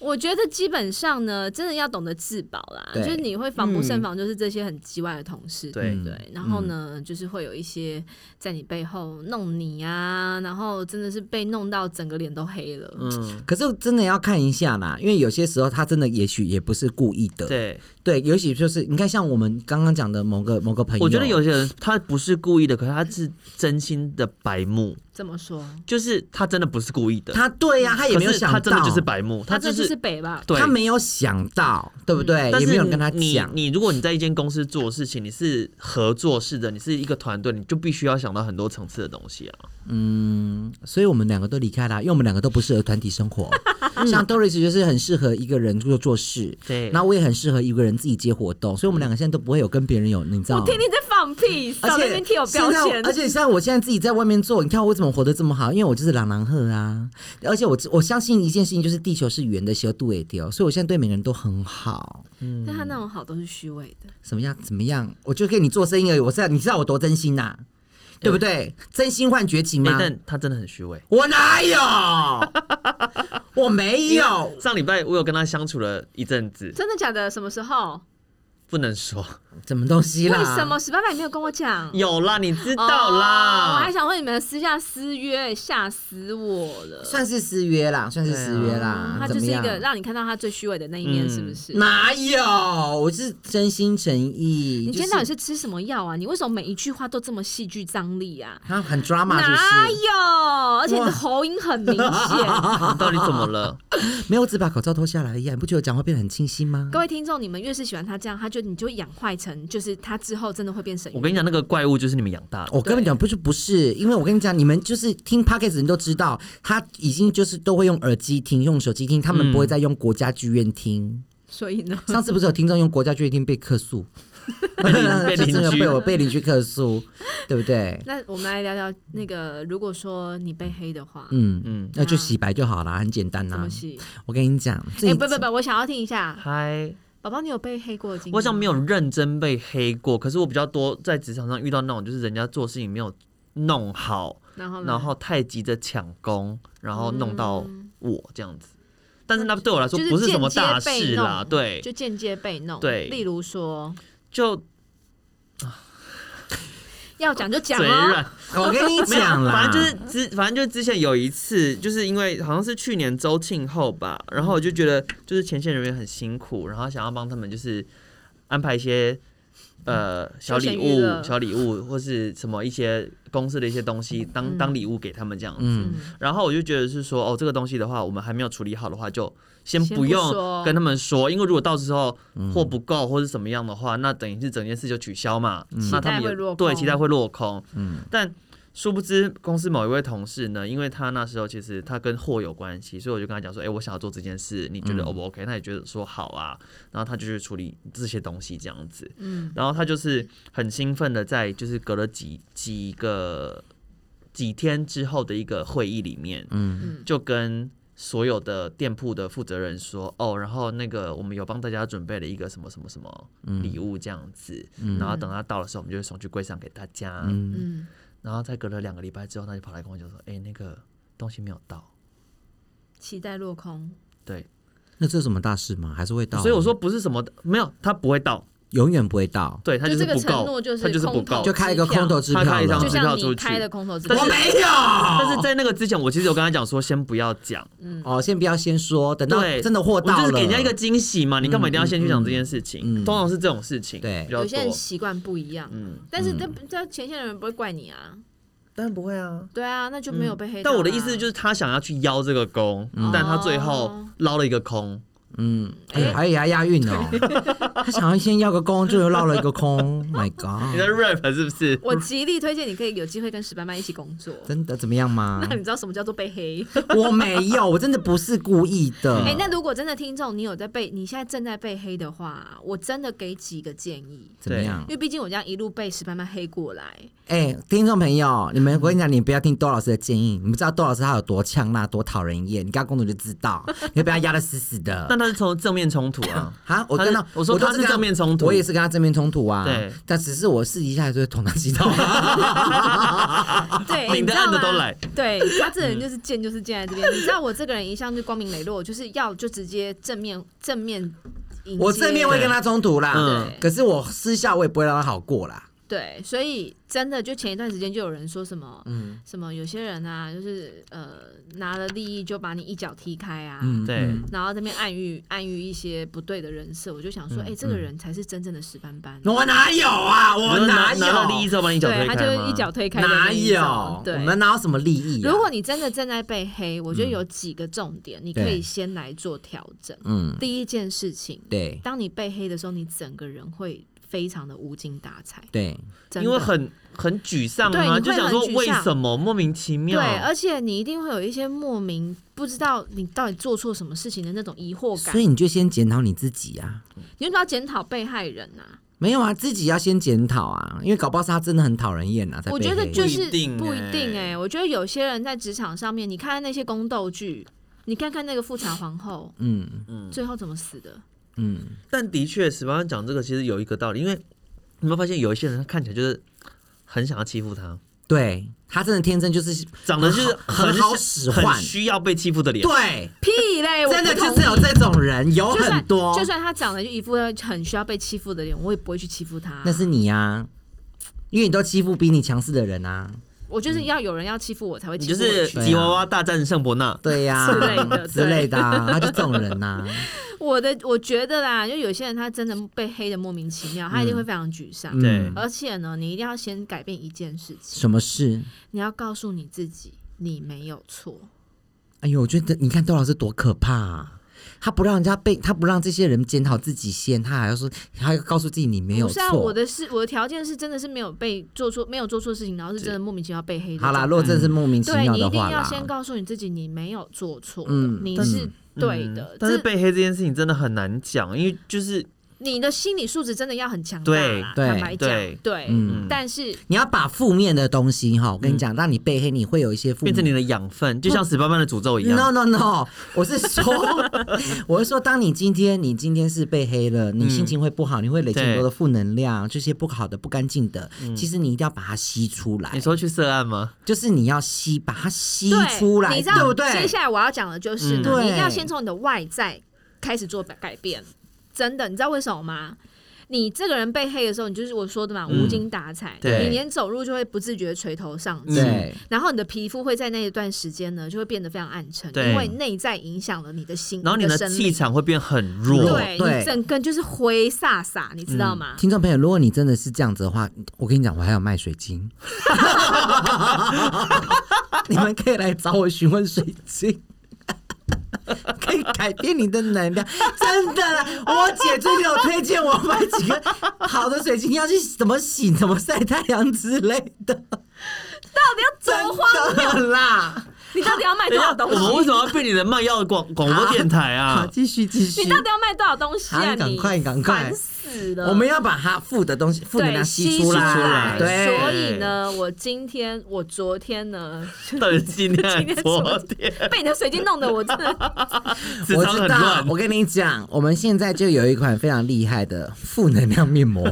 S3: 我觉得基本上呢，真的要懂得自保啦，
S4: 对
S3: 就是你会防不
S4: 嗯
S3: 胜防，就是这些很叽歪的同事，
S2: 对
S3: 不对？然后呢，就是会有一些在你背后弄你啊，然后真的是被弄到整个脸都黑了。
S2: 嗯，
S4: 可是真的要看一下啦，因为有些时候他真的也许也不是故意的。
S2: 对，
S4: 对，尤其就是你看，像我们刚刚讲的某个某个朋友，
S2: 我觉得有些人他不是故意的，可是他是真心的白目，
S3: 这么说，
S2: 就是他真的不是故意的，
S4: 他对呀、他也没有
S2: 可是
S4: 想
S2: 他
S4: 到，
S2: 真的就是白目，
S3: 他
S2: 就
S3: 这
S2: 是
S3: 就是北吧？
S2: 对，
S4: 他没有想到，对不
S3: 嗯
S4: 对？
S2: 但
S4: 也
S2: 是
S4: 没有人跟他
S2: 你
S4: 讲。
S2: 你如果你在一间公司做事情，你是合作式的，你是一个团队，你就必须要想到很多层次的东西啊。
S4: 所以我们两个都离开了，因为我们两个都不适合团体
S3: (laughs)
S4: 生活。像 Doris 就是很适合一个人做做事，
S2: 对
S4: 然后我也很适合一个人自己接活动，所以我们两个现在都不会有跟别人有，你知道
S3: 我
S4: 吗？
S3: 听你在放屁，少
S4: 而
S3: 在那
S4: 且
S3: 边贴我标
S4: 现在
S3: 签
S4: 我，而且像我现在自己在外面做，你看我怎么活得这么好？因为我就是朗朗鹤啊！而且我我相信一件事情，就是地球是圆的，修度也丢，所以我现在对每个人都很好。
S3: 但
S4: 嗯
S3: 他那种好都是虚伪的。
S4: 怎么样？怎么样？我就跟你做生意而已，我知道你知道我多真心呐、对不对？真心换绝情
S2: 哎、
S4: 吗？
S2: 但他真的很虚伪。
S4: 我哪
S3: (laughs)
S4: 有？我没有。
S2: 上礼拜我有跟他相处了一阵
S4: (laughs)
S2: 子，
S3: 真的假的？什么时候？
S2: 不能说
S4: 什么东
S3: 为
S4: 西啦？
S3: 什么？史爸爸也没有跟我讲？
S2: 有啦，你知道啦。
S3: 哦我还想问你们私下私约，吓死我了。
S4: 算是失约啦？算是失约啦？
S3: 他
S4: 啊怎
S3: 啊就
S4: 么
S3: 是一
S4: 样？
S3: 个让你看到他最虚伪的那一面，
S2: 嗯
S3: 是不是？
S4: 哪有？我是真心诚意。
S3: 你今天
S4: 就
S3: 到底是吃什么药啊？你为什么每一句话都这么戏剧张力啊？
S4: 他很 drama
S3: 哪
S4: 是
S3: 有？而且你的喉音很明
S2: (laughs)
S3: 显。
S2: 你到底怎么了？
S4: 不是？没有，我只把口罩脱下来而已啊。你不觉得我讲话变得很清晰吗？
S3: 各位听众，你们越是喜欢他这样，他就你就养坏成，就是他之后真的会变神
S2: 我跟你讲，那个怪物就是你们养大的。
S4: 我跟你讲，不是不是，因为我跟你讲，你们就是听 podcast 的人都知道，他已经就是都会用耳机听，用手机听，他们不会
S2: 嗯
S4: 再用国家剧院听。
S3: 所以呢，
S4: 上次不是有听众用国家剧院听被客诉，
S2: (laughs) 被
S4: (laughs)
S2: 邻被
S4: 就真
S2: 邻
S4: 的
S2: 居
S4: 被我被邻居客诉，对不对？
S3: 那我们来聊聊那个，如果说你被黑的话，
S4: 嗯嗯
S2: 嗯，
S4: 那就洗白就好啦，很简单呐、
S3: 怎么洗？
S4: 我跟你讲，
S3: 哎、
S4: 最
S3: 不不不，我想要听一下，
S2: 嗨，
S3: 宝宝，你有被黑过的经验？
S2: 我好像没有。认真被黑过，可是我比较多在职场上遇到那种，就是人家做事情没有弄好，
S3: 然后呢，
S2: 然后太急着抢功，然后弄到
S3: 嗯
S2: 我这样子。但是那对我来说
S3: 就是
S2: 不是什么
S3: 间接
S2: 大
S3: 被
S2: 事啦，
S3: 弄
S2: 对，
S3: 就间接被弄。
S2: 对
S3: 例如说
S2: 就
S3: 要讲就讲
S2: 嘴
S3: 哦，
S2: 软。(laughs)
S4: 我跟你讲啦，
S2: 反正就是之，反正就是之前有一次，就是因为好像是去年周庆后吧，然后我就觉得就是前线人员很辛苦，然后想要帮他们就是安排一些呃小礼
S3: 休闲娱乐
S2: 物、小礼物或是什么一些公司的一些东西当
S3: 嗯
S2: 当礼物给他们这样子。
S4: 嗯，
S2: 然后我就觉得是说，哦，这个东西的话，我们还没有处理好的话，就先
S3: 先
S2: 不
S3: 不
S2: 用
S3: 说
S2: 跟他们说，因为如果到时候货不够或是怎么样的话，那等于是整件事就取消嘛，那他们
S3: 期待会落
S2: 也
S3: 空
S2: 对期待会落空。
S4: 嗯
S2: 但殊不知公司某一位同事呢，因为他那时候其实他跟货有关系，所以我就跟他讲说，哎，我想要做这件事，你觉得 O 不 OK？、他也觉得说好啊，然后他就去处理这些东西这样子。
S3: 嗯，
S2: 然后他就是很兴奋的在就是隔了几几个几天之后的一个会议里面，
S4: 嗯
S2: 就跟所有的店铺的负责人说，哦，然后那个我们有帮大家准备了一个什么什么什么礼物这样子，然后等他到的时候，我们就会送去柜上给大家。
S4: 嗯，
S3: 嗯，
S2: 然后再隔了两个礼拜之后，他就跑来跟我讲说，哎、那个东西没有到。
S3: 期待落空，
S2: 对，
S4: 那这有什么大事吗？还是会到？
S2: 所以我说不是什么没有，他不会到，
S4: 永远不会到，
S2: 对他
S3: 就是这个
S2: 不
S3: 承诺
S2: 够，
S3: 就是
S2: 他就是不
S3: 空头
S2: 够，
S4: 就开一个空头支票
S2: 哦他开一张
S3: 就
S2: 支
S4: 了。
S2: 票
S3: 像
S2: 出
S3: 你
S2: 去
S3: 开的空头支
S2: 但
S3: 票
S4: 我
S2: 是，
S4: 没有，
S2: 但是在那个之前，我其实有跟他讲说，先不要讲，
S4: 哦，先不要先说，等到
S2: 对
S4: 真的货
S2: 我
S4: 到
S2: 就
S4: 了，
S2: 是给人家一个惊喜嘛，你干嘛一定要先去讲这件事情？
S4: 嗯嗯嗯
S2: 通常是这种事情，
S4: 对
S2: 比较
S3: 有
S2: 多
S3: 些。人习惯不一样，
S2: 嗯，
S3: 但是这这前线的人不会怪你啊，
S2: 当然不会啊。
S3: 对啊，那就没有被黑到啊。
S2: 但我的意思就是，他想要去邀这个功，但他最
S3: 哦
S2: 后捞了一个空。
S4: 嗯，哎呦，还有牙押韵哦，
S2: (laughs)
S4: 他想要先要个空，最后绕了一个空，My
S2: 你在
S4: God，
S2: rap 是不是？
S3: 我极力推荐你可以有机会跟史班班一起工作。
S4: 真的怎么
S2: (laughs)
S4: 样吗
S3: 那？你知道什么叫做被黑？
S4: 我没有，我真的不是故意的。
S3: 哎、那如果真的听众你有在被，你现在正在被黑的话，我真的给几个建议，
S4: 怎么样
S3: 因？为毕竟我这样一路被史班班黑过来，
S4: 哎、听众朋友，你们我跟你讲，你不要听窦老师的建议，你们知道窦老师他有多呛辣、多讨人厌，你跟他公主就知
S2: (laughs)
S4: 道，你被他压得死死的。
S2: 但他是从正面冲突啊。
S4: 啊！我
S2: 他
S4: 跟
S2: 是
S4: 他，
S2: 我说
S4: 都
S2: 他是
S4: 跟
S2: 正面冲突
S4: 我也是跟他正面冲突啊。
S2: 对，
S4: 但只是我私底下还是会捅他几
S2: (laughs)
S4: 刀。
S3: 对，
S2: 明啊
S3: 你
S2: 的
S3: 知道
S2: 暗的
S3: 吗？
S2: 都来。嗯
S3: 对他这人就是贱，就是贱在这边。你知道我这个人一向就光明磊落，就是要就直接正面正面迎接。
S4: 我正面会跟他冲突啦，
S2: 嗯
S4: 可是我私下我也不会让他好过啦。
S3: 对，所以真的就前一段时间就有人说什么，
S4: 嗯
S3: 什么有些人啊，就是呃拿了利益就把你一脚踢开啊，
S4: 嗯，
S2: 对
S4: 嗯
S3: 然后这边暗喻暗喻一些不对的人设，我就
S4: 嗯
S3: 想说，哎、这个人才是真正的石斑斑。
S4: 我哪有啊？
S2: 你
S4: 我哪
S2: 说拿拿到利益
S4: 有？
S2: 之后把你脚推
S3: 对，
S2: 开
S3: 他
S2: 吗
S3: 就一脚推开的
S4: 哪
S3: 那一种
S4: 有？
S3: 对
S4: 哦我，们哪有什么利益、啊？
S3: 如果你真的正在被黑，我觉得有几个重点，你可以先来做调整。
S4: 嗯，
S3: 第一件事情，
S4: 对
S3: 当你被黑的时候，你整个人会非常的无精打采，
S4: 对，
S3: 真的
S2: 因为很很沮丧
S3: 对你
S2: 啊，
S3: 会
S2: 就想说
S3: 很沮丧
S2: 为什么莫名其妙？
S3: 对，而且你一定会有一些莫名不知道你到底做错什么事情的那种疑惑感
S4: 所，以你就先检讨你自己啊。
S3: 你就不要检讨被害人呐、
S4: 没有啊，自己要先检讨啊，因为搞不好是他真的很讨人厌啊。才
S3: 我
S4: 被
S3: 觉得
S4: 黑
S3: 就是
S2: 不一定
S3: 不一
S2: 欸
S3: 定哎、我觉得有些人在职场上面，你看看那些宫斗剧，你看看那个富察皇后，
S4: 嗯
S3: 最后怎么死的？
S4: 嗯，
S2: 但的确，史班讲这个其实有一个道理，因为你有没有发现有一些人他看起来就是很想要欺负他，
S4: 对他真的天生就是
S2: 长得就是
S4: 很好
S2: 想
S4: 使唤
S2: 很需要被欺负的脸。
S4: 对，啊
S3: 屁嘞！哎我
S4: 真的
S3: 不
S4: 就
S3: 同
S4: 是
S3: 意
S4: 有这种人，有
S3: 就算
S4: 很多。
S3: 就算他长得就一副很需要被欺负的脸，我也不会去欺负他。
S4: 那是你呀、啊，因为你都欺负比你强势的人啊。
S3: 我就是要有人要欺负我才会
S2: 你
S3: 欺
S2: 就
S3: 负回
S2: 是
S4: 嗯
S3: 去。
S2: 吉娃娃大战圣伯纳，
S4: 对呀、
S3: 之类的
S4: 之类的啊，他就这种人呐、
S3: 我的我觉得啦，就有些人他真的被黑的莫名其妙，他一定会非常沮丧。
S4: 嗯
S2: 对
S3: 而且呢，你一定要先改变一件事情，
S4: 什么事？
S3: 你要告诉你自己，你没有错。
S4: 哎呦，我觉得你看窦老师多可怕、啊，他不让人家被，他不让这些人检讨自己先，他还要说，他要告诉自己你没有
S3: 不是
S4: 错。
S3: 啊，我的是我的条件是真的是没有被做错，没有做错事情，然后是真的莫名其妙被黑的状
S4: 好
S3: 态。
S4: 啦，如果真的是莫名其
S3: 对
S4: 妙
S3: 你一
S4: 的
S3: 定
S4: 话
S3: 要
S4: 啦，
S3: 先告诉你自己，你没有做错，
S4: 嗯
S3: 你
S4: 但
S3: 是对
S2: 嗯
S3: 的。
S2: 但是
S3: 这
S2: 被黑这件事情真的很难讲，因为就是
S3: 你的心理素质真的要很强大
S2: 对
S3: 啦，
S4: 对
S3: 坦白讲
S2: 对，
S3: 对
S4: 嗯，
S3: 但是
S4: 你要把负面的东西哈，我跟你讲，让你被黑，你会有一些负
S2: 变成你
S4: 面。
S2: 的养分，就像十八般的诅咒一
S4: No
S2: 样。
S4: no no，我是说， (laughs) 我是说，当你今天你今天是被黑了，你心情会不好，你会累积很多的负能量，这些不好的、不干净的，其实你一定要把它吸出来
S2: 嗯你。说去涉案吗？
S4: 就是你要吸，把它吸
S3: 对，
S4: 出来，
S3: 你知道，
S4: 对不对？
S3: 接下来我要讲的就是呢，
S4: 嗯
S3: 你一定要先从你的外在开始做改变。真的，你知道为什么吗？你这个人被黑的时候，你就是我说的嘛，
S2: 嗯
S3: 无精打采，
S2: 对
S3: 你连走路就会不自觉地垂头丧
S2: 嗯
S3: 气。
S4: 对，
S3: 然后你的皮肤会在那一段时间呢，就会变得非常暗沉，
S2: 对
S3: 因为内在影响了你的心，
S2: 然后你
S3: 的
S2: 的
S3: 生
S2: 气
S3: 理，
S2: 场会变很弱，
S3: 对
S4: 对嗯
S3: 你整个就是灰飒飒，你知道吗？
S4: 听众朋友，如果你真的是这样子的话，我跟你讲，我还有卖
S3: (laughs)
S4: 水晶，你们可以来找我询问水晶。 (laughs) 可以改变你的能量，真的啦！我姐最近有推荐我买几个好的水晶，要去怎么洗、怎么晒太阳之类的，
S3: 到底要
S4: 真
S3: 多花，
S4: 的啦！
S3: 你到底要卖多少
S4: (laughs)
S3: 东
S2: 我们为
S3: 西？
S2: 什么要被你的卖药广广播电台
S4: 好，
S2: 啊？
S4: 继续继续
S3: 你，到底要卖多少东西啊？
S4: 好赶
S3: 你
S4: 快赶快
S3: 烦死了！
S4: 我们要把它负的东西、负能
S3: 对，
S4: 量
S3: 吸
S2: 出
S4: 出
S2: 来。
S4: 来对，
S3: 所以呢，我今天，我昨天呢， (laughs)
S2: 到底是今天还
S3: 今天
S2: 是
S3: 是
S2: 昨天？
S3: 被你的水晶弄得我真的， (laughs)
S2: 磁
S4: 我
S2: 场
S4: 知
S2: 很
S4: 道
S2: 乱，，
S4: 我跟你讲，我们现在就有一款非常厉害的负能量
S3: (laughs)
S4: 面膜，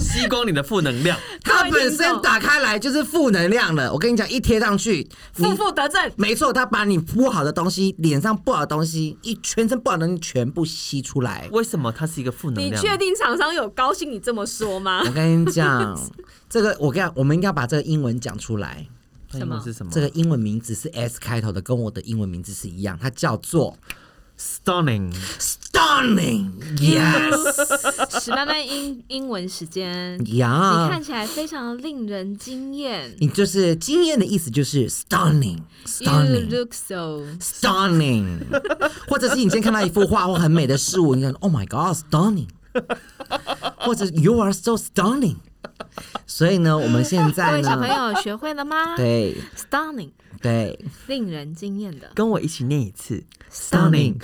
S2: 吸光你的负能量。
S4: 它本身打开来就是负能量了。我跟你讲，一贴上去， (laughs) 你
S3: 负负得正。
S4: 没错，它把你不好的东西、脸上不好的东西、一全身不好的东西全部吸出来。
S2: 为什么它是一个负能
S3: 你
S2: 量？
S3: 确定厂商有高兴你这么说吗
S4: (laughs) 我？跟你讲，这个我跟你讲，我们应该把这个英文讲出来。
S2: 它英文是什么？
S4: 这个英文名字是 S 开头的，跟我的英文名字是一样，它叫做
S2: stunning。
S4: Stunning。Yes，
S3: (laughs) 史慢慢英英文时间，你
S4: 呀，
S3: 看起来非常令人惊艳。
S4: 啊你就是惊艳的意思，就是 stunning。
S3: You
S4: stunning
S3: look so
S4: stunning，或者是你今天看到一幅画或很美的事物，你看 Oh my God stunning，或者 You are so stunning。所以呢，我们现
S3: 各
S4: 在
S3: 位小朋
S4: 呢，
S3: 友啊学会了吗？
S4: 对
S3: ，stunning，
S4: 对，
S3: 令人惊艳
S4: (laughs)
S3: 的
S2: 跟我一起念一次
S4: Stunning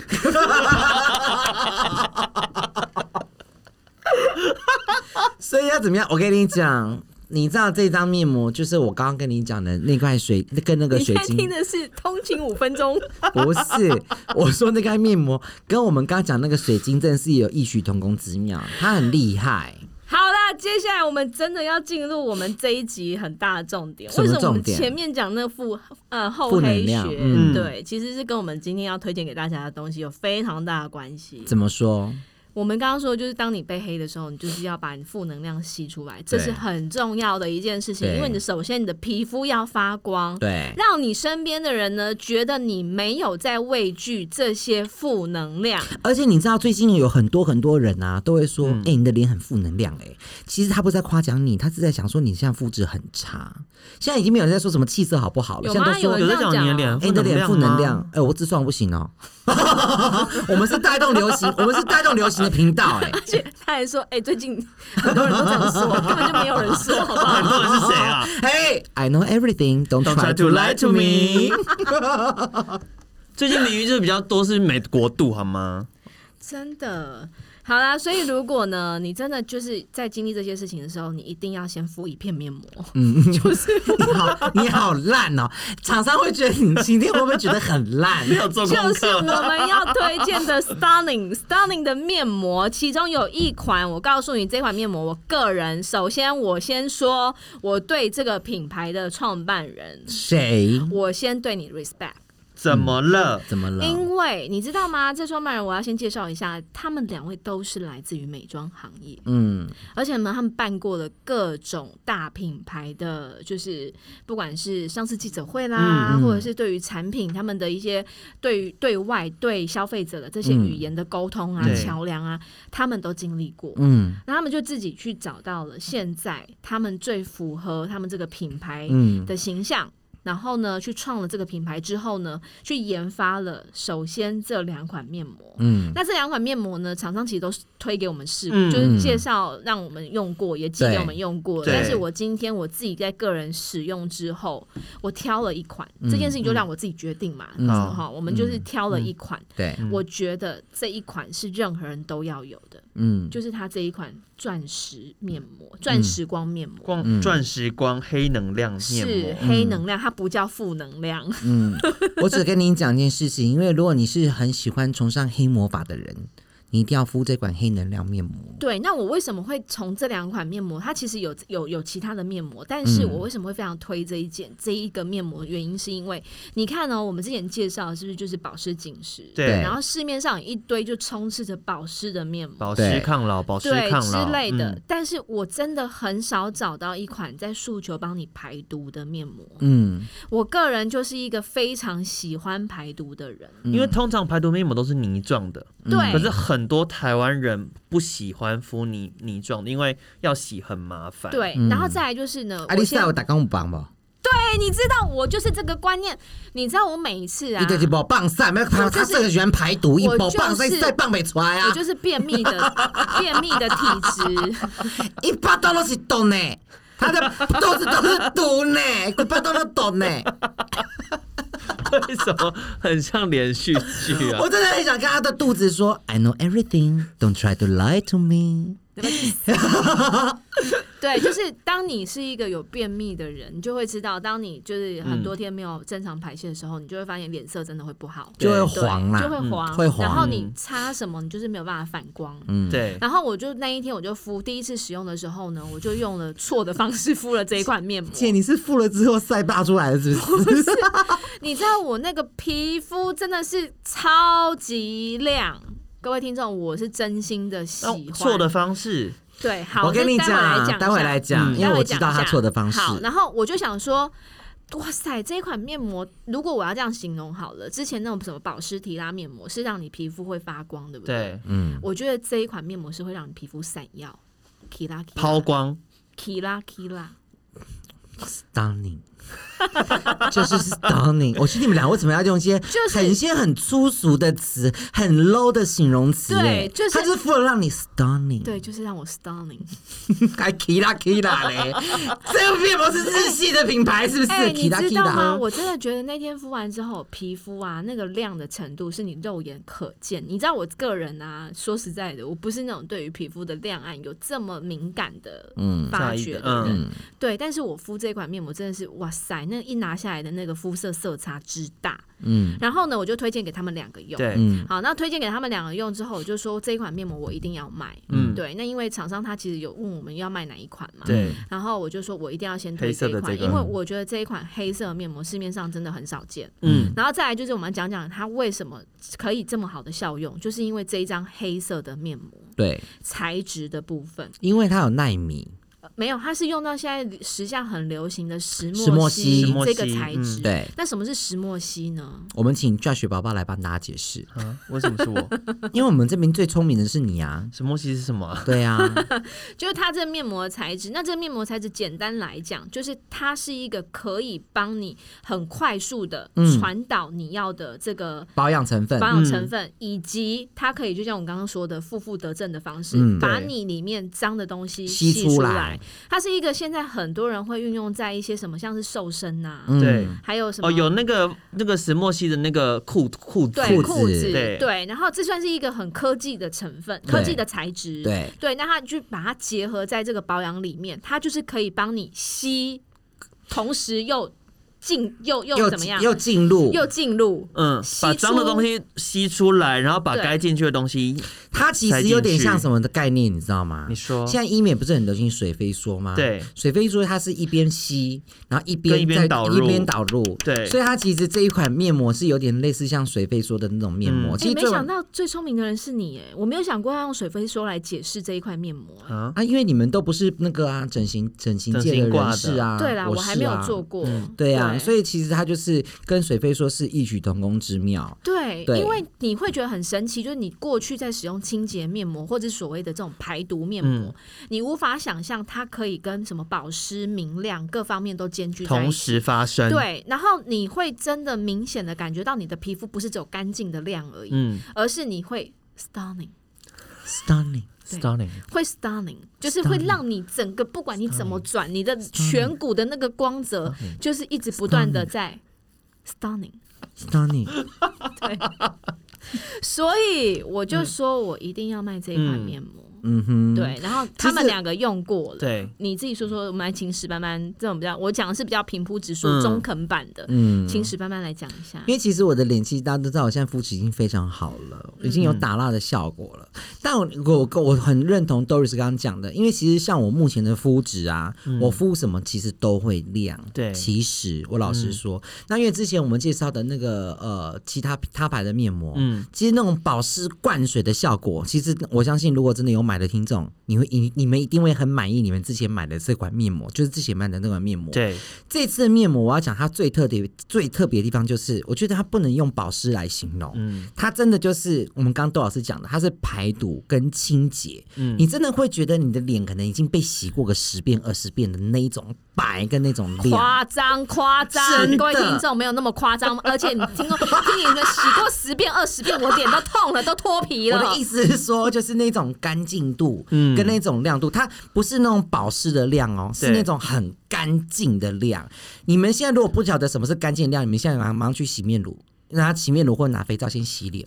S4: 所以要怎么样？我跟你讲，你知道这张面膜就是我刚刚跟你讲的那块水，跟那个
S3: 你
S4: 水
S3: 现在听
S4: 晶
S3: 的是通勤五分钟，
S4: (laughs) 不是，我说那块面膜跟我们刚刚讲那个水晶真的是有异曲同工之妙，它很厉害。
S3: 好啦，接下来我们真的要进入我们这一集很大的重点。
S4: 什么
S3: 为什么我
S4: 重
S3: 们
S4: 点
S3: 前面讲那负呃厚
S4: 负能
S3: 黑学
S4: 量？嗯
S3: 对，其实是跟我们今天要推荐给大家的东西有非常大的关系。
S4: 怎么说？
S3: 我们刚刚说，就是当你被黑的时候，你就是要把你负能量吸出来，这是很重要的一件事情。
S4: 对
S3: 因为你的首先你的皮肤要发光，
S4: 对，
S3: 让你身边的人呢觉得你没有在畏惧这些负能量。 (laughs)
S4: 而且你知道，最近有很多很多人啊，都会说：“哎、你的脸很负能量。”哎，其实他不是在夸奖你，他是在想说你现在肤质很差。现在已经没有人在说什么气色好不好了，
S3: 有
S4: 现在
S3: 吗
S4: 都
S3: 有
S4: 说：“
S2: 有
S3: 人
S2: 在
S3: 这样讲
S2: 讲你的
S3: 啊
S2: 脸
S4: 哎、你的脸负
S2: 负
S4: 能
S2: 能
S4: 量
S2: 量。”
S4: 哎、我痔疮不行哦。 (laughs) 我们是带动流行，我们是带动流行的频道、哎，
S3: 而且他还说：“哎、最近很多人都这样说，根本就没有人说，好不
S2: 很
S3: 好？”
S2: 多人是谁 (laughs)
S4: (laughs)
S2: 啊？
S4: 哎、i know everything, don't
S2: Don't
S4: try to lie to me。
S2: (laughs) 最近鲤鱼就是比较多是美国度好吗？
S3: 真的。好啦，所以如果呢，你真的就是在经历这些事情的时候，你一定要先敷一片面膜。
S4: (laughs) 你好，你好烂哦！厂商会觉得你今天会不会觉得很烂？
S2: 没有做功
S3: 就是我
S2: 课吗？
S3: 们要推荐的 (laughs) Stunning Stunning 的面膜，其中有一款，我告诉你，这款面膜，我个人首先我先说，我对这个品牌的创办人，
S4: 谁？
S3: 我先对你 respect，
S2: 怎么了？
S4: 怎么了？
S3: 因为你知道吗？这创办人我要先介绍一下，他们两位都是来自于美妆行业，
S4: 嗯，
S3: 而且呢，他们办过了各种大品牌的，就是不管是上市记者会啦，
S4: 嗯
S3: 或者是对于产品他们的一些对于对外对消费者的这些
S4: 嗯
S3: 语言的沟通啊、
S2: 对
S3: 桥梁啊，他们都经历过。
S4: 嗯
S3: 那他们就自己去找到了现在他们最符合他们这个品牌
S4: 嗯
S3: 的形象。然后呢去创了这个品牌之后呢，去研发了首先这两款面膜。
S4: 嗯，
S3: 那这两款面膜呢，厂商其实都是推给我们试，
S2: 嗯
S3: 就是介绍让我们用过，也寄给我们用过。
S2: 对
S3: 但是我今天我自己在个人使用之后，我挑了一款，
S2: 嗯
S3: 这件事情就让我自己决定嘛，
S4: 嗯
S2: 哦
S3: 好不好？我们就是挑了一款，
S4: 对，
S2: 嗯
S3: 我觉得这一款是任何人都要有的，
S4: 嗯，
S3: 就是它这一款钻石面膜，钻石光面膜。
S2: 嗯
S4: 嗯
S2: 光钻石光黑能量面
S3: 是
S2: 膜，
S3: 黑能量，它不叫负能量。
S4: 嗯，我只跟您讲一件事情，因为如果你是很喜欢崇尚黑魔法的人，你一定要敷这款黑能量面膜。
S3: 对，那我为什么会从这两款面膜？它其实有有有其他的面膜，但是
S4: 嗯
S3: 我为什么会非常推这一件这一个面膜？原因是因为你看哦，我们之前介绍的是不是就是保湿紧实？
S4: 对
S3: 然后市面上有一堆就充斥着保湿的面膜，
S2: 保
S4: 对
S2: 湿抗老，保湿
S3: 对
S2: 抗老
S3: 之类的、
S2: 嗯
S3: 但是我真的很少找到一款在诉求帮你排毒的面膜。
S4: 嗯，
S3: 我个人就是一个非常喜欢排毒的人，
S2: 嗯因为
S4: 嗯
S2: 通常排毒面膜都是泥状的，
S3: 对，
S2: 嗯可是很多台湾人不喜欢敷泥泥状的，因为要洗很麻烦。，
S3: 对、然后再来就是呢，
S4: 阿
S3: 我
S4: 丽
S3: 现
S4: 莎
S3: 在
S4: 有打工棒不？
S3: 哎、你知道我就是这个观念，你知道我每一次啊
S4: 一，个是保棒散，没有他他这个喜欢排毒，一
S3: 我
S4: 保
S3: 就是
S4: 棒散再棒没出来啊
S3: 我，就是便秘
S4: (laughs)
S3: 的便秘的体质，
S4: 一巴刀都是毒呢，他的肚子都是毒呢，一巴刀都毒呢。
S2: (laughs) 为什么很像连续剧
S3: (laughs)
S2: 啊
S4: 我？真的很想跟他的肚子说，I know everything, don't try to lie to me。
S3: 对，就是当你是一个有便秘的人，你就会知道，当你就是很多天没有正常排泄的时候，你就会发现脸色真的会不好，
S4: 就会
S3: 对
S4: 黄啦
S3: 就会
S4: 嗯
S3: 黄，
S4: 会黄
S3: 然后你擦什么，你就是没有办法反光。
S4: 嗯，
S2: 对，
S3: 然后我就那一天我就敷第一次使用的时候呢，我就用了错的方式敷了这一款面膜。
S4: 姐，你是敷了之后晒霸出来的，是不是？
S3: 你知道我那个皮肤真的是超级亮，各位听众，我是真心的喜欢。
S2: 那错的方式，
S3: 对，好，
S4: 我跟你
S3: 讲，
S4: 讲，待会来讲，
S2: 嗯
S4: 因为我
S3: 待
S4: 知
S3: 会
S4: 道
S3: 讲一下
S4: 他错的方式。
S3: 好，然后我就想说。哇塞，这一款面膜，如果我要这样形容好了，之前那种什么保湿提拉面膜是让你皮肤会发光，对不
S2: 对，
S4: 嗯，
S3: 我觉得这一款面膜是会让你皮肤闪耀，提拉
S2: 抛光，
S3: 提拉提拉，
S4: stunning，就是 stunning。我说你们俩为什么要用一些
S3: 就是
S4: 很一些很粗俗的词、很 low 的形容词？
S3: 对
S4: 哎
S3: 就是
S4: 他就是敷了让你 stunning，
S3: 对，，就是让我 stunning。
S4: 还 kira
S3: (laughs)
S4: kira 嘞，这个面膜是日系的品牌， (laughs) 是不是
S3: 哎、你
S4: ？kira
S3: 知道吗？
S4: kira，
S3: 我真的觉得那天敷完之后，皮肤啊那个亮的程度是你肉眼可见。你知道我个人啊，说实在的，我不是那种对于皮肤的亮暗有这么敏感的
S4: 嗯
S3: 发
S2: 在意
S3: 觉
S2: 的
S3: 的人。
S4: 嗯
S3: 对，但是我敷这款面膜真的是哇塞，那一拿下来的那个肤色色差之大。
S4: 嗯
S3: 然后呢，我就推荐给他们两个用。
S2: 对，
S4: 嗯
S3: 好，那推荐给他们两个用之后，我就说这一款面膜我一定要卖。
S2: 嗯，
S3: 对，那因为厂商他其实有问我们要卖哪一款嘛，
S2: 对，
S3: 然后我就说，我一定要先推
S2: 黑色
S3: 这一
S2: 的
S3: 款，
S2: 这个
S3: 因为我觉得这一款黑色面膜市面上真的很少见。
S2: 嗯，
S3: 然后再来就是我们讲讲它为什么可以这么好的效用，就是因为这一张黑色的面膜
S4: 对，
S3: 材质的部分，
S4: 因为它有耐米，
S3: 呃没有，它是用到现在时下很流行的石
S4: 石墨
S3: 墨
S4: 烯石
S2: 墨
S3: 这个
S2: 烯
S3: 材
S2: 嗯
S3: 质。
S4: 对。
S3: 那什么是石墨烯呢？
S4: 我们请 Josh 宝宝来帮大家解释，
S2: 啊，为什么是我？
S4: 因为我们这边最聪明的是你啊，
S2: 石墨烯是什么啊？
S4: 对啊， (laughs)
S3: 就是它这个面膜的材质。那这个面膜材质简单来讲，就是它是一个可以帮你很快速的
S4: 嗯
S3: 传导你要的这个
S4: 保养成分，
S3: 保养成分，以及它可以就像我刚刚说的负负得正的方式，
S4: 嗯
S3: 把
S2: 对
S3: 你里面脏的东西
S4: 吸
S3: 出
S4: 出
S3: 来
S4: 来。
S3: 它是一个现在很多人会运用在一些什么，像是瘦身呐、
S4: 嗯
S2: 对，
S3: 还有什么
S2: 哦，有那个那个石墨烯的那个裤裤子，
S3: 对
S4: 裤
S3: 裤
S4: 子
S3: 子
S2: 对
S3: 对，然后这算是一个很科技的成分，
S4: 对
S3: 科技的材质。
S4: 对，
S3: 对，那它就把它结合在这个保养里面，它就是可以帮你吸，同时又进又又
S4: 又
S3: 怎么样
S4: 又进入，
S3: 又进入。
S2: 嗯，
S3: 吸
S2: 把脏的
S3: 出
S2: 东西吸出来，然后把
S3: 对
S2: 该进去的东西，
S4: 它其实有点像什么的概念，你知道吗？
S2: 你说
S4: 现在医美不是很流行水飞梭吗？
S2: 对，
S4: 水飞梭它是一边吸，然后一边
S2: 跟一边
S4: 在
S2: 导入
S4: 一边导入，
S2: 对
S4: 所以它其实这一款面膜是有点类似像水飞梭的那种面膜。
S2: 嗯
S4: 其
S3: 哎、
S4: 实
S3: 没
S4: 这种
S3: 想到最聪明的人是你哎，我没有想过要用水飞梭来解释这一块面膜。哎
S2: 啊，
S4: 啊，因为你们都不是那个啊整形整形界
S2: 整
S4: 的
S2: 形挂
S4: 人
S2: 的
S4: 士啊，
S3: 对啦，
S4: 我
S3: 我还没有
S4: 是啊
S3: 做过。
S4: 对
S3: 啊，
S4: 啊，
S3: 对
S4: 所以其实他就是跟水飞说是异曲同工之妙。
S3: 对，
S4: 对
S3: 因为你会觉得很神奇，就是你过去在使用清洁面膜或者所谓的这种排毒面膜，
S4: 嗯
S3: 你无法想象它可以跟什么保湿、明亮各方面都兼具在一
S2: 同
S3: 起。
S4: 嗯
S2: 时发生，，
S3: 对，然后你会真的明显的感觉到你的皮肤不是只有干净的亮而已，
S2: 嗯
S3: 而是你会 stunning，
S4: Stunning，
S3: 对
S2: ，stunning，
S3: 会 stunning，就是会让你整个不管你怎么转，你的颧骨的那个光泽就是一直不断的在 stunning。
S4: Stunning，
S3: 所以我就说我一定要卖这一款
S2: 嗯
S3: 面膜。
S4: 嗯哼，，
S3: 对，然后他们两个用过了。
S2: 对，
S3: 你自己说说，我们来请史班班这种比较，我讲的是比较平铺直述、
S2: 嗯
S3: 中肯版的，
S4: 嗯，
S3: 请史班班来讲一下。
S4: 因为其实我的脸，其实大家都知道，我现在肤质已经非常好了，已经有
S2: 嗯
S4: 打蜡的效果了。但我我我很认同 Doris 刚刚讲的，因为其实像我目前的肤质啊，我敷什么其实都会亮。
S2: 嗯对嗯
S4: 其实我老实说，那因为之前我们介绍的那个呃其他他牌的面膜，
S2: 嗯，
S4: 其实那种保湿灌水的效果，其实我相信，如果真的有买的听众，你会你你们一定会很满意你们之前买的这款面膜，就是之前买的那款面膜。
S2: 对，
S4: 这次的面膜，我要讲它最特别、最特别的地方，就是我觉得它不能用保湿来形容，
S2: 嗯
S4: 它真的就是我们刚刚窦老师讲的，它是排毒跟清洁。
S2: 嗯
S4: 你真的会觉得你的脸可能已经被洗过个十遍、二十遍的那一种白跟那种亮。
S3: 夸张，夸张
S4: 真！的
S3: 各位听众没有那么夸张，而且你听过听你们洗过十遍、二十遍，我脸都痛了，都脱皮
S4: 我
S3: 了
S4: 的。意思是说，就是那种干净度，
S2: 嗯
S4: 跟那种亮度，它不是那种保湿的亮哦，是
S2: 对
S4: 那种很干净的亮。你们现在如果不晓得什么是干净亮，你们现在马上马上去洗面乳，拿洗面乳或拿肥皂先洗脸。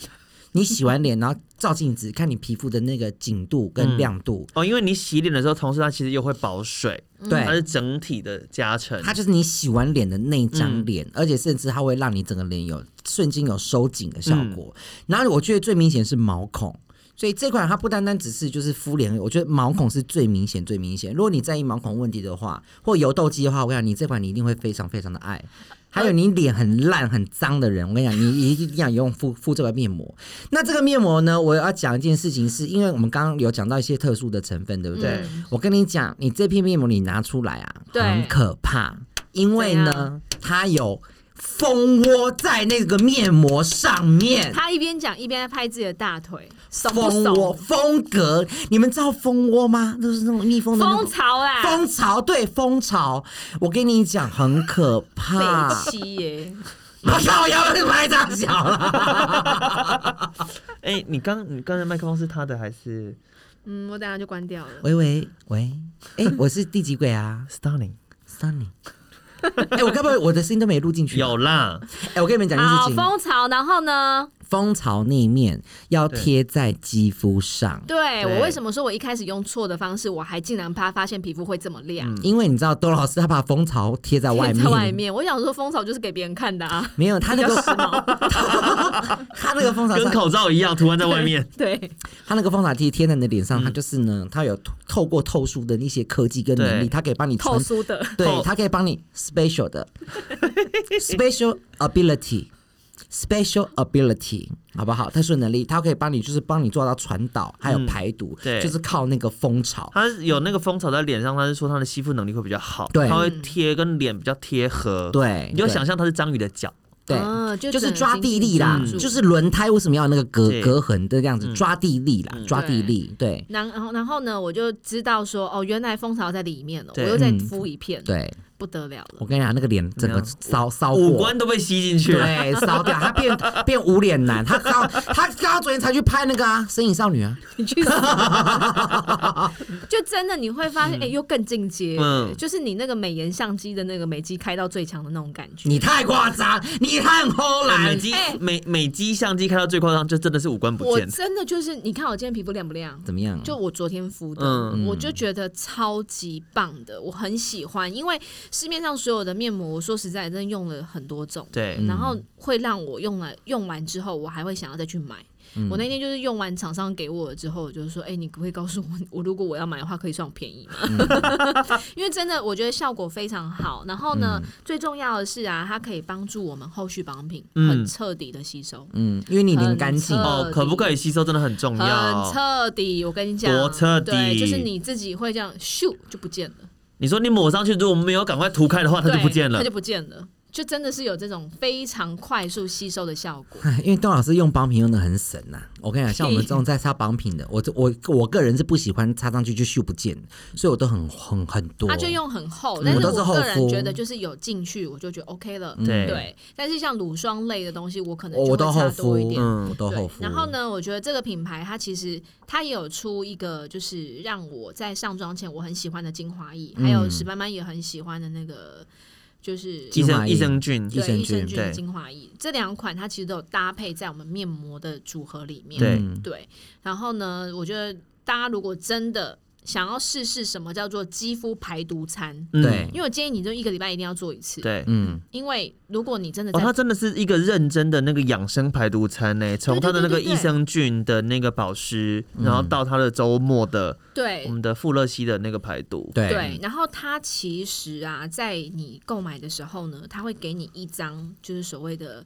S4: 你洗完脸，然后照镜子，看你皮肤的那个紧度跟亮度，
S2: 哦，因为你洗脸的时候，同时它其实又会保水，
S4: 嗯对
S2: 它，是整体的加成，
S4: 它就是你洗完脸的那一张脸，而且甚至它会让你整个脸有瞬间有收紧的效果。然后我觉得最明显是毛孔。所以这款它不单单只是就是敷脸而已，我觉得毛孔是最明显最明显。如果你在意毛孔问题的话，或油痘肌的话，我跟你讲，你这款你一定会非常非常的爱。还有你脸很烂很脏的人，我跟你讲，你一定要用敷敷这个面膜。那这个面膜呢，我要讲一件事情是，因为我们刚刚有讲到一些特殊的成分，对不对？我跟你讲，你这片面膜你拿出来啊，
S3: 对
S4: 很可怕，因为呢，它有蜂窝在那个面膜上面。
S3: 他一边讲一边在拍自己的大腿，怂不
S4: 蜂
S3: 怂？
S4: 窝风格，你们知道蜂窝吗？就是那种蜜蜂的那种
S3: 蜂巢啦，
S4: 蜂巢，对蜂巢。我跟你讲，很可怕。 (laughs)
S3: 北七耶，
S4: 我靠，我要拍张小
S3: (laughs)
S4: 了。
S2: 哎、你刚你刚才麦克风是他的还是
S3: 嗯，我等下就关掉了。
S4: 喂喂喂，哎、我是第几鬼啊
S2: stunning？
S3: (laughs)
S4: ？Sunny。哎、我该不会我的声音都没录进去？
S2: 有。啦，
S4: 哎、我跟你们讲一件
S3: 好，
S4: 事情，
S3: 蜂巢，然后呢？
S4: 蜂巢那一面要
S2: 对
S4: 贴在肌肤上。
S3: 对
S2: 对
S3: 我为什么说我一开始用错的方式，我还竟然怕发现皮肤会这么亮，
S4: 因为你知道，窦老师他把蜂巢贴嗯在外面，
S3: 嗯在外面，我想说蜂巢就是给别人看的啊，
S4: 没有他那
S3: (laughs) 比较
S4: 个
S3: 时髦。
S4: (laughs) 他那个蜂巢
S2: 跟
S4: 上
S2: 口罩一样，涂完在外面。
S3: 对，
S4: 它那个蜂巢贴贴在你的脸
S3: 嗯
S4: 上，它就是呢，它有透透过透书的一些科技跟能力，
S2: 对
S4: 它可以帮你
S3: 透
S4: 传，
S3: 酥的，
S2: 透
S4: 对，它可以帮你 special
S3: (laughs)
S4: 的 special ability。Special ability，好不好？特殊能力，它可以帮你，就是帮你做到传导，还有
S2: 嗯
S4: 排毒，
S2: 对
S4: 就是靠那个蜂巢。
S2: 它有那个蜂巢在脸上，它是说它的吸附能力会比较好，
S4: 对
S2: 它会贴跟脸比较贴合。
S4: 对
S2: 你就
S4: 对
S2: 想象它是章鱼的脚，
S4: 对，
S3: 嗯就
S4: 就是
S3: 整个
S4: 抓地力啦，
S3: 经济支柱
S4: 就是轮胎为什么要有那个隔
S2: 对嗯
S4: 隔痕的这样子，抓地力啦，抓地
S3: 嗯对
S4: 力，对
S3: 然然后然后呢，我就知道说哦，原来蜂巢在里面了，我
S2: 对
S3: 又再敷一片，
S4: 嗯对。
S3: 不得了
S4: 我
S3: 了。
S4: 跟你讲，那个脸整个
S2: 怎么样
S4: 烧烧
S2: 五
S4: 哦过。
S2: 官都被吸进去了。
S4: 对，烧掉，
S2: (laughs)
S4: 他变变无脸男，他刚他刚刚昨天才去拍那个啊，《身影少女》啊，
S3: 你去死， (laughs) 就真的你会发现，哎，又更进阶
S2: 嗯，
S3: 就是你那个美颜相机的那个美肌开到最强的那种感觉。
S4: 你太夸张，你太偷
S2: 美
S4: 懒，
S2: 肌
S3: 哎
S2: 美美肌相机开到最夸张，就真的是五官不
S3: 我
S2: 见。
S3: 真的就是，你看我今天皮肤亮不亮？
S4: 怎么样？啊
S3: 就我昨天敷的，
S2: 嗯
S3: 我就觉得超级棒的，我很喜欢。因为市面上所有的面膜，我说实在，真的用了很多种，
S2: 对，
S4: 嗯
S3: 然后会让我用来用完之后，我还会想要再去买。
S2: 嗯
S3: 我那天就是用完厂商给我了之后，我就是说，哎、你可不可以告诉我，我如果我要买的话，可以算我便宜吗？
S2: 嗯
S3: (laughs) 因为真的，我觉得效果非常好。然后呢，最重要的是啊，它可以帮助我们后续保养品
S2: 嗯
S3: 很彻底的吸收。
S4: 嗯，因为你脸干净
S3: 很，
S2: 哦，可不可以吸收真的很重嗯
S3: 很
S2: 要。
S3: 彻底，我跟你讲，
S2: 多彻底
S3: 对，就是你自己会这样咻就不见了，
S2: 你说你抹上去，如果没有赶快涂开的话，它就不见了
S3: 对它就。不见了。就真的是有这种非常快速吸收的效果。
S4: (laughs) 哎，因为段老师用绑品用的很神呐、我跟你讲，像我们这种在擦绑品的，我我我个人是不喜欢擦上去就咻不见，所以我都很很很多。
S3: 它就用很厚，
S4: 嗯
S3: 但
S4: 我
S3: 是
S4: 都是
S3: 我
S4: 厚
S3: 个人
S4: 敷
S3: 觉得就是有进去，我就觉得 OK 了。
S2: 对
S3: 对，但是像乳霜类的东西，我可能
S4: 我哦
S3: 就
S4: 我
S3: 会
S4: 都厚
S3: 擦
S4: 敷
S3: 多一，点。
S4: 嗯，我都厚
S3: 对，
S4: 敷。
S3: 然后？呢，我觉得这个品牌它其实它也有出一个，就是让我在上妆前我很喜欢的精华液，还有
S4: 嗯
S3: 史班班也很喜欢的那个，就是
S2: 益
S4: 精华
S2: 生益
S4: 液
S2: 生菌，
S4: 益
S3: 对
S4: 生
S3: 益生
S4: 菌
S3: 菌
S2: 对
S3: 的精华液这两款，它其实都有搭配在我们面膜的组合里面。
S2: 对
S4: 嗯
S3: 对，然后呢，我觉得大家如果真的想要试试什么叫做肌肤排毒餐，
S2: 嗯
S4: 对
S3: 因为我建议你就一个礼拜一定要做一次，
S2: 对。
S4: 嗯，
S3: 因为如果你真的
S2: 哦，
S3: 在、
S2: 它真的是一个认真的那个养生排毒餐呢，从它的那个
S3: 对对对
S2: 益生菌的那个保湿，
S4: 嗯
S2: 然后到它的周末的
S3: 对
S2: 我们的富勒烯的那个排毒，
S4: 对
S3: 对，然后它其实啊，在你购买的时候呢，它会给你一张就是所谓的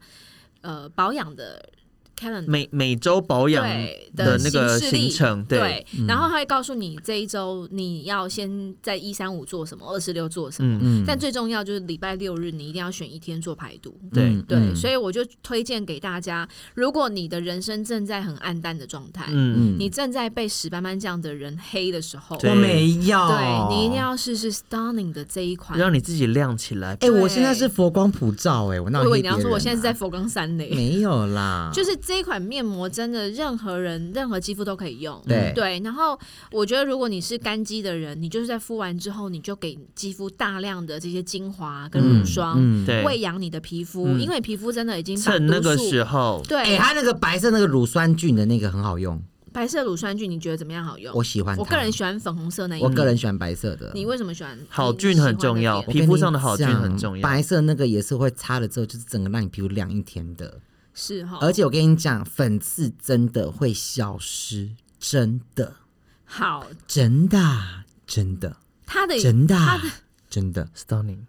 S3: 呃保养的 calendar。
S2: 每每周保养
S3: 对
S2: 的那
S3: 行
S2: 个
S3: 事历
S2: 行程，对，嗯
S3: 对，然后他会告诉你这一周你要先在一三五做什么，二四六做什么，
S2: 嗯，
S3: 但最重要就是礼拜六日你一定要选一天做排毒。
S2: 对
S4: 嗯
S3: 对，
S4: 嗯
S3: 所以我就推荐给大家，如果你的人生正在很暗淡的状态，
S2: 嗯，
S3: 你正在被史斑斑这样的人黑的时候，
S2: 对
S4: 我没要，
S3: 对你一定。要试试 Stunning 的这一款。
S2: 让你自己亮起来，
S4: 哎、
S3: 对
S4: 我现在是佛光普照、哎，我那
S3: 我以为你要说我现在是在佛光山内，
S4: 啊没有啦，嗯
S3: 就是这一款面膜真的任何人任何肌肤都可以用。
S4: 对
S3: 然后我觉得如果你是干肌的人，你就是在敷完之后，你就给肌肤大量的这些精华跟乳霜，
S4: 嗯，
S2: 对，
S3: 喂养你的皮肤，
S2: 嗯
S3: 因为皮肤真的已经把
S2: 趁那个
S3: 毒素
S2: 时候，
S3: 对、
S4: 哎、它那个白色那个乳酸菌的那个很好用，
S3: 白色乳酸菌，你觉得怎么样好用？
S4: 我喜欢它。
S3: 我个人喜欢粉红色那一
S4: 我
S3: 款。
S4: 个人喜欢白色的。
S3: 你为什么喜欢？
S2: 好
S3: 你
S2: 菌很重要
S3: 喜欢那
S4: 我
S3: 边
S4: 跟
S2: 嗯皮肤
S4: 你
S2: 上的好菌
S4: 讲
S2: 很重要
S4: 白色那个也是会擦了之后，就是整个让你皮肤亮一天的。
S3: 是哈。
S4: 而且我跟你讲，粉刺真的会消失，真的，
S3: 好，
S4: 真的啊，真的，
S3: 它
S2: 哎
S3: 的
S4: 真的
S3: 它
S4: 啊
S3: 的，
S4: 真的。
S2: stunning，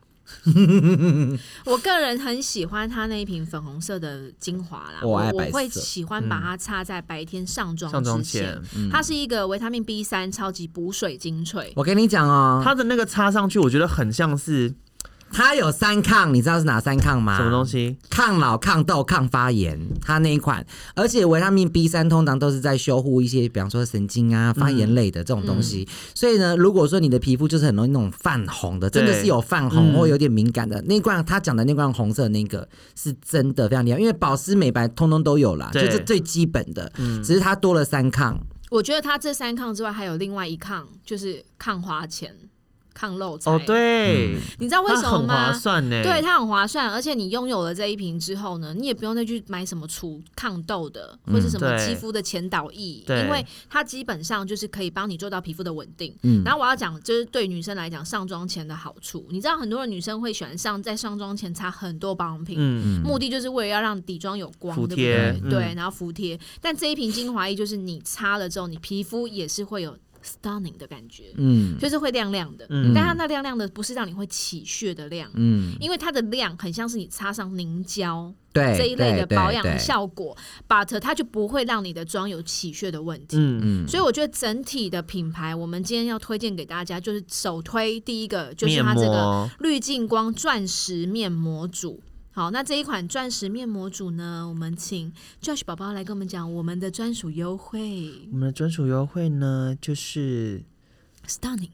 S3: 我个人很喜欢它那一瓶粉红色的精华啦，
S4: 我
S3: 我
S4: 爱
S3: 我
S4: 白
S3: 会
S4: 色
S3: 喜欢把它擦在白天上妆
S2: 嗯上妆
S3: 之
S2: 前嗯
S3: 前。，它是一个维他命 B 三超级补水精粹，
S4: 我跟你讲哦，它
S2: 它的那个擦上去，我觉得很像是
S4: 它有三抗，你知道是哪三抗吗？
S2: 什么东？西？
S4: 抗老、抗痘、抗发炎，它那一款，而且维他命 B 三通常都是在修护一些，比方说神经啊、发炎类的这种东西。
S2: 嗯
S4: 所以呢，如果说你的皮肤就是很容易那种泛红的，真的
S2: 对
S4: 是有泛红
S2: 嗯
S4: 或有点敏感的，那一罐他讲的那罐红色的那个是真的非常厉害，因为保湿、美白通通都有啦，就
S2: 对嗯
S4: 是最基本的，只是它多了三抗。
S3: 我觉得它这三抗之外还有另外一抗，就是抗花钱、抗漏财。
S2: 哦，，对，
S3: 你知道为
S2: 它
S3: 什么
S2: 很划
S3: 吗？
S2: 算呢，
S3: 对，它很划算，而且你拥有了这一瓶之后呢，你也不用再去买什么除抗痘的，或是什么
S2: 嗯对
S3: 肌肤的前导液，
S2: 对
S3: 因为它基本上就是可以帮你做到皮肤的稳定。
S4: 嗯
S3: 然后我要讲，就是对女生来讲，上妆前的好处，你知道很多的女生会喜欢上在上妆前擦很多保养品。
S2: 嗯，
S3: 目的就是为了要让底妆有光，
S2: 服
S3: 对不
S2: 帖
S3: 对？
S2: 嗯
S3: 对，然后服帖。但这一瓶精华液就是你擦了之后，你皮肤也是会有 stunning 的感觉，
S4: 嗯
S3: 就是会亮亮的。
S2: 嗯
S3: 但它那亮亮的不是让你会起屑的亮，
S4: 嗯，
S3: 因为它的亮很像是你擦上凝胶
S4: 对，
S3: 这一类的
S4: 哎对
S3: 保养。
S4: 对对
S3: 效果，but 它就不会让你的妆有起屑的问题。
S2: 嗯，
S4: 嗯，
S3: 所以我觉得整体的品牌，我们今天要推荐给大家，就是首推第一个就是
S2: 面
S3: 它这个
S2: 膜，
S3: 滤镜光钻石面膜组。好，那这一款钻石面膜组呢，我们请 Josh 宝宝来跟我们讲我们的专属优惠
S2: 我们的专属优惠呢，就是
S3: ，Stunning，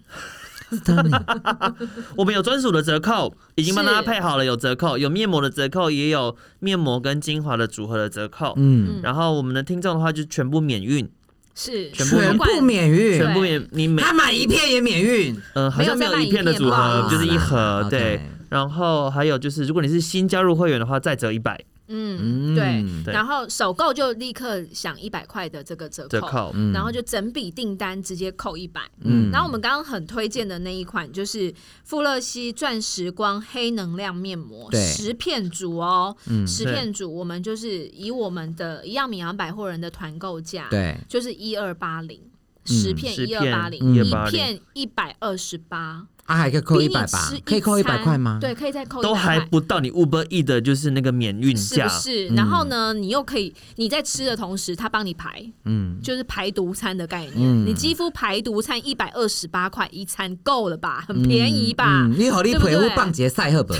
S3: (laughs)
S2: 我们有专属的折扣，已经帮大家配好了，有折扣，有面膜的折扣，也有面膜跟精华的组合的折扣。
S4: 嗯，
S2: 然后我们的听众的话就全部免运，
S3: 是
S2: 全部
S4: 全
S3: 不管
S4: 部免运，
S2: 全部免你每
S4: 他买一片也免运。
S2: 呃好像没有一片的组
S3: 啊没有
S2: 合，呃
S3: 再卖一片
S2: 就是一盒
S4: 哦
S2: 对。然后还有就是，如果你是新加入会员的话，再折一百
S3: 嗯，
S4: 嗯
S3: 对。
S2: 对
S3: 然后首购就立刻享一百块的这个折扣，
S2: 折扣。
S4: 嗯
S3: 然后就整笔订单直接扣一百。
S4: 嗯
S3: 然后我们刚刚很推荐的那一款就是富勒烯钻石光黑能量面膜，
S4: 对
S3: 十片组哦，
S4: 嗯
S3: 十片组，我们就是以我们的一样米阳百货人的团购价，
S4: 对，嗯
S3: 就是一二八零。十片
S2: 十
S3: 一
S2: 片
S3: 二八零，
S2: 120
S3: 一片一百二十八，
S4: 啊，还可以扣
S3: 比
S4: 一
S3: 你
S4: 百吧
S3: 吃？
S4: 可以扣一
S3: 餐
S4: 百块吗？
S3: 对，，可以再扣100
S2: 都还
S3: 块
S2: 不到你 Uber E 的，就是那个免运
S3: 是
S2: 价
S3: 不，是？然后呢，你又可以你在吃的同时，它帮你排，
S4: 嗯，
S3: 就是排毒餐的概念。
S4: 嗯
S3: 你肌肤排毒餐一百二十八块一餐够了吧？很便宜吧？
S4: 嗯你好，你
S3: 对不
S4: 陪
S3: 对
S4: 护棒节赛赫本，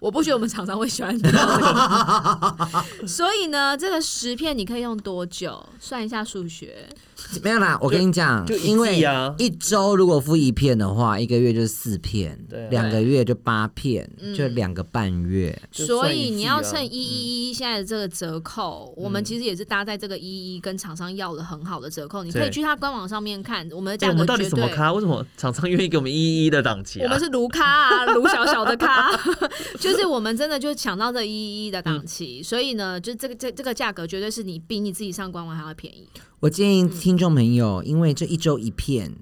S3: 我不觉得我们常常会喜欢做这个。 (laughs) 所以呢，这个十片你可以用多久？算一下数学，
S4: (laughs) 没有啦，我跟你讲，
S2: 就一季
S4: 因为
S2: 啊
S4: 一周如果敷一片的话，一个月就是四片
S2: 对啊，
S4: 两个月就八片，
S3: 嗯
S4: 就两个半月。
S2: 就
S3: 所
S2: 算一
S3: 以你
S2: 季
S3: 要
S2: 啊嗯
S3: 趁一一一现在的这个折扣，我们其实也是搭在这个一一跟厂商要的很好的折扣，你可以
S2: 对
S3: 去他官网上面看我们的
S2: 哎
S3: 价
S2: 我们
S3: 格
S2: 到底
S3: 绝
S2: 什么
S3: 对。
S2: 咖？为什么厂商愿意给我们一一的档期啊？
S3: 我们是卢咖啊，卢小小的咖， (laughs) 就是我们真的就抢到这一一的档
S4: 嗯
S3: 期，所以呢，就这个这这个价格绝对是你比你自己上官网还要便宜。
S4: 我建议听众朋
S3: 嗯
S4: 友，因为这一周一片，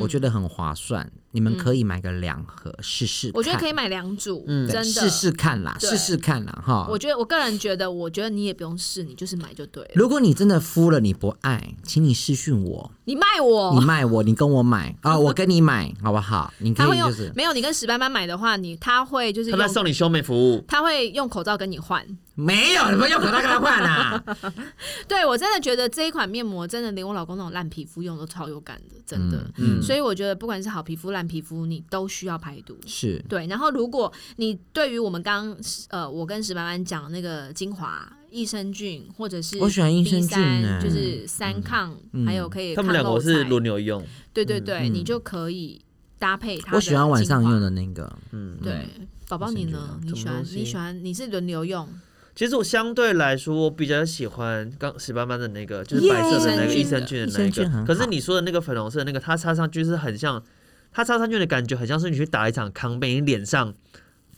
S4: 我觉得很划算，你们可以买个两盒试试看。
S3: 嗯我觉得可以买两组，
S2: 嗯
S3: 真
S4: 对
S3: 的
S4: 试试看啦，
S3: 对
S4: 试试看啦，哈
S3: 我。觉得我个人觉得，我觉得你也不用试，你就是买就对了。
S4: 如果你真的敷了你不爱，请你私讯我，
S3: 你卖
S4: 你
S3: 我，
S4: 卖我，你跟我买
S3: (laughs)
S4: 啊，我跟你买，好不好？你可
S3: 他会
S4: 以
S3: 用
S4: 就是
S3: 没有你跟史班班买的话，你他会就是
S2: 他
S3: 用
S2: 在送你修美服务，
S3: 他会用口罩跟你换。
S4: 没有，你们用口罩跟他换啊啦。
S3: (laughs) 对我真的觉得这一款面膜真的连我老公那种烂皮肤用都超有感的，真的。
S4: 嗯，
S3: 所以我觉得不管是好皮肤、烂皮肤，你都需要排毒。
S4: 是
S3: 对，然后如果你对于我们刚呃，我跟史班班讲的那个精华益生菌，或者是
S4: 我喜欢益生
S3: B
S4: 菌欸嗯呢
S3: 三，就是三抗，还有可以
S2: 嗯他们两
S3: 抗
S2: 个
S3: 漏
S2: 我是
S3: 菜
S2: 轮流用。
S3: 对对对，你就可以搭配它。
S4: 嗯我喜欢晚上用。的那个，嗯
S3: 对，宝宝你呢？
S2: 什
S3: 你
S2: 么
S3: 喜欢
S2: 东
S4: 啊
S3: 你喜
S2: 西
S3: 欢你是轮流用，
S2: 其实我相对来说，我比较喜欢刚史斑斑的那个，就是白色的那个
S3: 益
S2: 益
S3: 生
S2: 生菌
S4: 的
S2: 的那
S4: 益生菌很
S2: 个。
S4: 好
S2: 可是你说的那个粉红色的那个，它擦上去是很像，它擦上去的感觉很像是你去打一场康贝，你脸上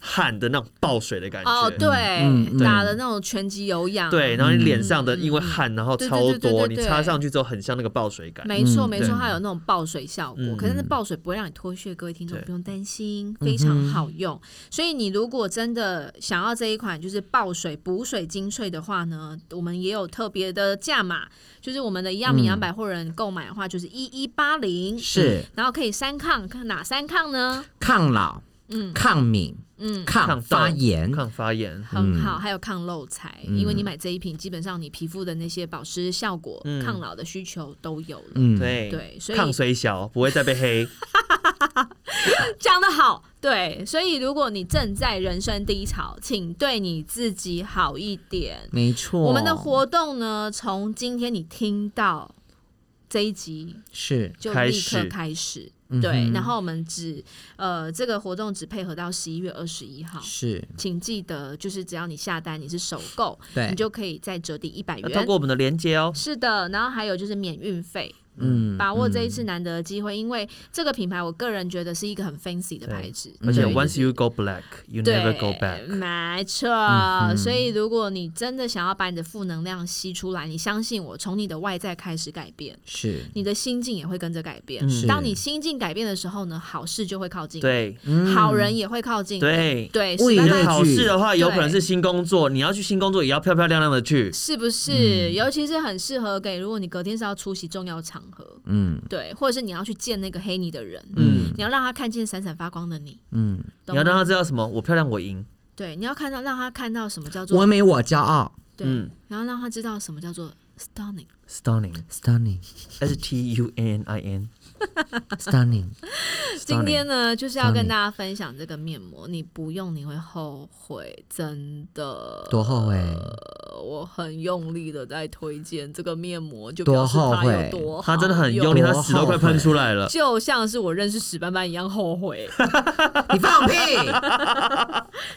S2: 汗的那种爆水的感觉。
S3: 哦，
S4: 嗯
S3: 对，
S4: 嗯
S3: 打的那种拳击有氧，
S2: 对，然后你脸上的
S3: 嗯
S2: 因为汗，然后
S3: 对对
S2: 超
S3: 对对
S2: 多，
S3: 对
S2: 你
S3: 对
S2: 擦上去之后很像那个爆水感。
S3: 没错
S4: 嗯
S3: 没错，
S2: 对
S3: 它有那种爆水效果，
S2: 嗯
S3: 可是那爆水不会让你脱屑，各位听众
S2: 对
S3: 不用担心，非常好用。所以你如果真的想要这一款就是爆水补水精粹的话呢，我们也有特别的价码，就是我们的一样米
S2: 嗯
S3: 阳百货人购买的话就是一一八零，嗯
S4: 是
S3: 然后可以三抗，看哪三抗呢？
S4: 抗老、
S3: 嗯
S4: 抗敏、
S3: 嗯，
S4: 抗
S2: 抗
S4: 发
S2: 痘
S4: 炎。
S2: 抗发炎，
S3: 很好，还有抗漏财，因为你买这一瓶，基本上你皮肤的那些保湿效果、
S2: 嗯
S3: 抗老的需求都有了。
S4: 嗯，
S2: 对
S3: 对所以
S2: 抗水小不会再被黑。
S3: 讲得好，对，所以如果你正在人生低潮，请对你自己好一点。
S4: 没错。
S3: 我们的活动呢，从今天你听到这一集
S4: 是
S3: 就
S2: 开
S3: 立刻
S2: 始
S3: 开始，
S4: 嗯哼
S3: 对，然后我们只呃这个活动只配合到十一月二十一号。
S4: 是，
S3: 请记得，就是只要你下单，你是首购，
S4: 对
S3: 你就可以再折抵一百
S2: 要
S3: 元。
S2: 哎透过我们的连接哦，
S3: 是的，然后还有就是免运费，
S4: 嗯，
S3: 把握这一
S4: 嗯
S3: 次难得的机会，因为这个品牌我个人觉得是一个很 fancy 的
S2: 对
S3: 牌子，
S2: 而且
S3: 对
S2: once you go black, you
S3: 对
S2: never go back。嗯
S3: 没错。所以如果你真的想要把你的负能量吸出来，你相信我，从你的外在开始改变，
S4: 嗯是，
S3: 你的心境也会跟着改变。
S2: 嗯
S3: 当你心境改变的时候呢，好事就会靠近，，
S2: 对
S4: 嗯
S3: 好人也会靠近，
S2: 对，
S3: 对，
S4: 物以
S3: 史
S4: 类
S2: 你
S3: 班
S2: 的
S3: 班
S2: 好事的话，
S3: 对
S2: 有可能是新工作，你要去新工作也要漂漂亮亮的去。
S3: 是不
S2: 嗯
S3: 是？尤其是很适合给，如果你隔天是要出席重要场合，
S4: 嗯
S3: 对，或者是你要去见那个黑你的人，
S2: 嗯，
S3: 你要让他看见闪闪发光的你，
S4: 嗯，
S3: 懂
S2: 你要让
S3: 吗
S2: 他知道什么？我漂亮，我赢。
S3: 对，你要看到让他看到什么叫
S4: 我
S3: 做
S4: 美我骄傲
S3: 对，
S2: 嗯
S3: 然后让他知道什么叫做 stunning。
S2: Stunning,
S3: (laughs)
S4: ，stunning
S2: S T U N I N。
S4: stunning，
S3: 今
S2: Stunning
S3: 天呢，就是要跟
S4: Stunning
S3: 大家分享这个面膜，你不用你会后悔，真的。
S4: 多
S3: (laughs)
S4: 后悔，
S3: 呃我很用力的在推荐这个面膜，就
S4: 多
S3: 表示它
S4: 后悔
S3: 有多
S2: 他真的很
S3: 好
S2: 用力，他屎都快喷出来了。
S3: 就像是我认识史斑斑一样后悔。 (laughs)
S4: 你放屁，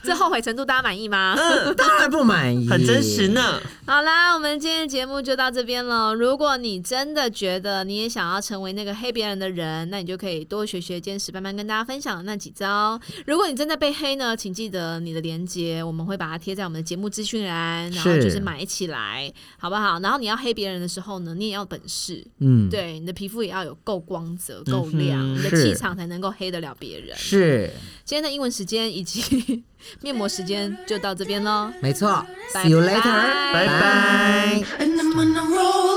S3: 这后悔程度大家满意吗？
S4: 当然不满意，
S2: 很真实。呢，
S3: 好啦，我们今天的节目就到这边了。如果你真的觉得你也想要成为那个黑别人的人，那你就可以多学学今天史班班跟大家分享的那几招。如果你真的被黑呢，请记得你的连接，我们会把它贴在我们的节目资讯栏，然后
S4: 是
S3: 就是买起来，好不好？然后你要黑别人的时候呢，你也要本事，
S4: 嗯，，
S3: 对，你的皮肤也要有够光泽、够亮，你的
S4: 是
S3: 气场才能够黑得了别人。
S4: 是
S3: 今天的英文时间以及面膜时间就到这边喽。
S4: 没错
S3: 拜
S4: ，see you
S3: 拜
S4: later，
S3: 拜
S2: 拜。
S1: And I'm on a roll.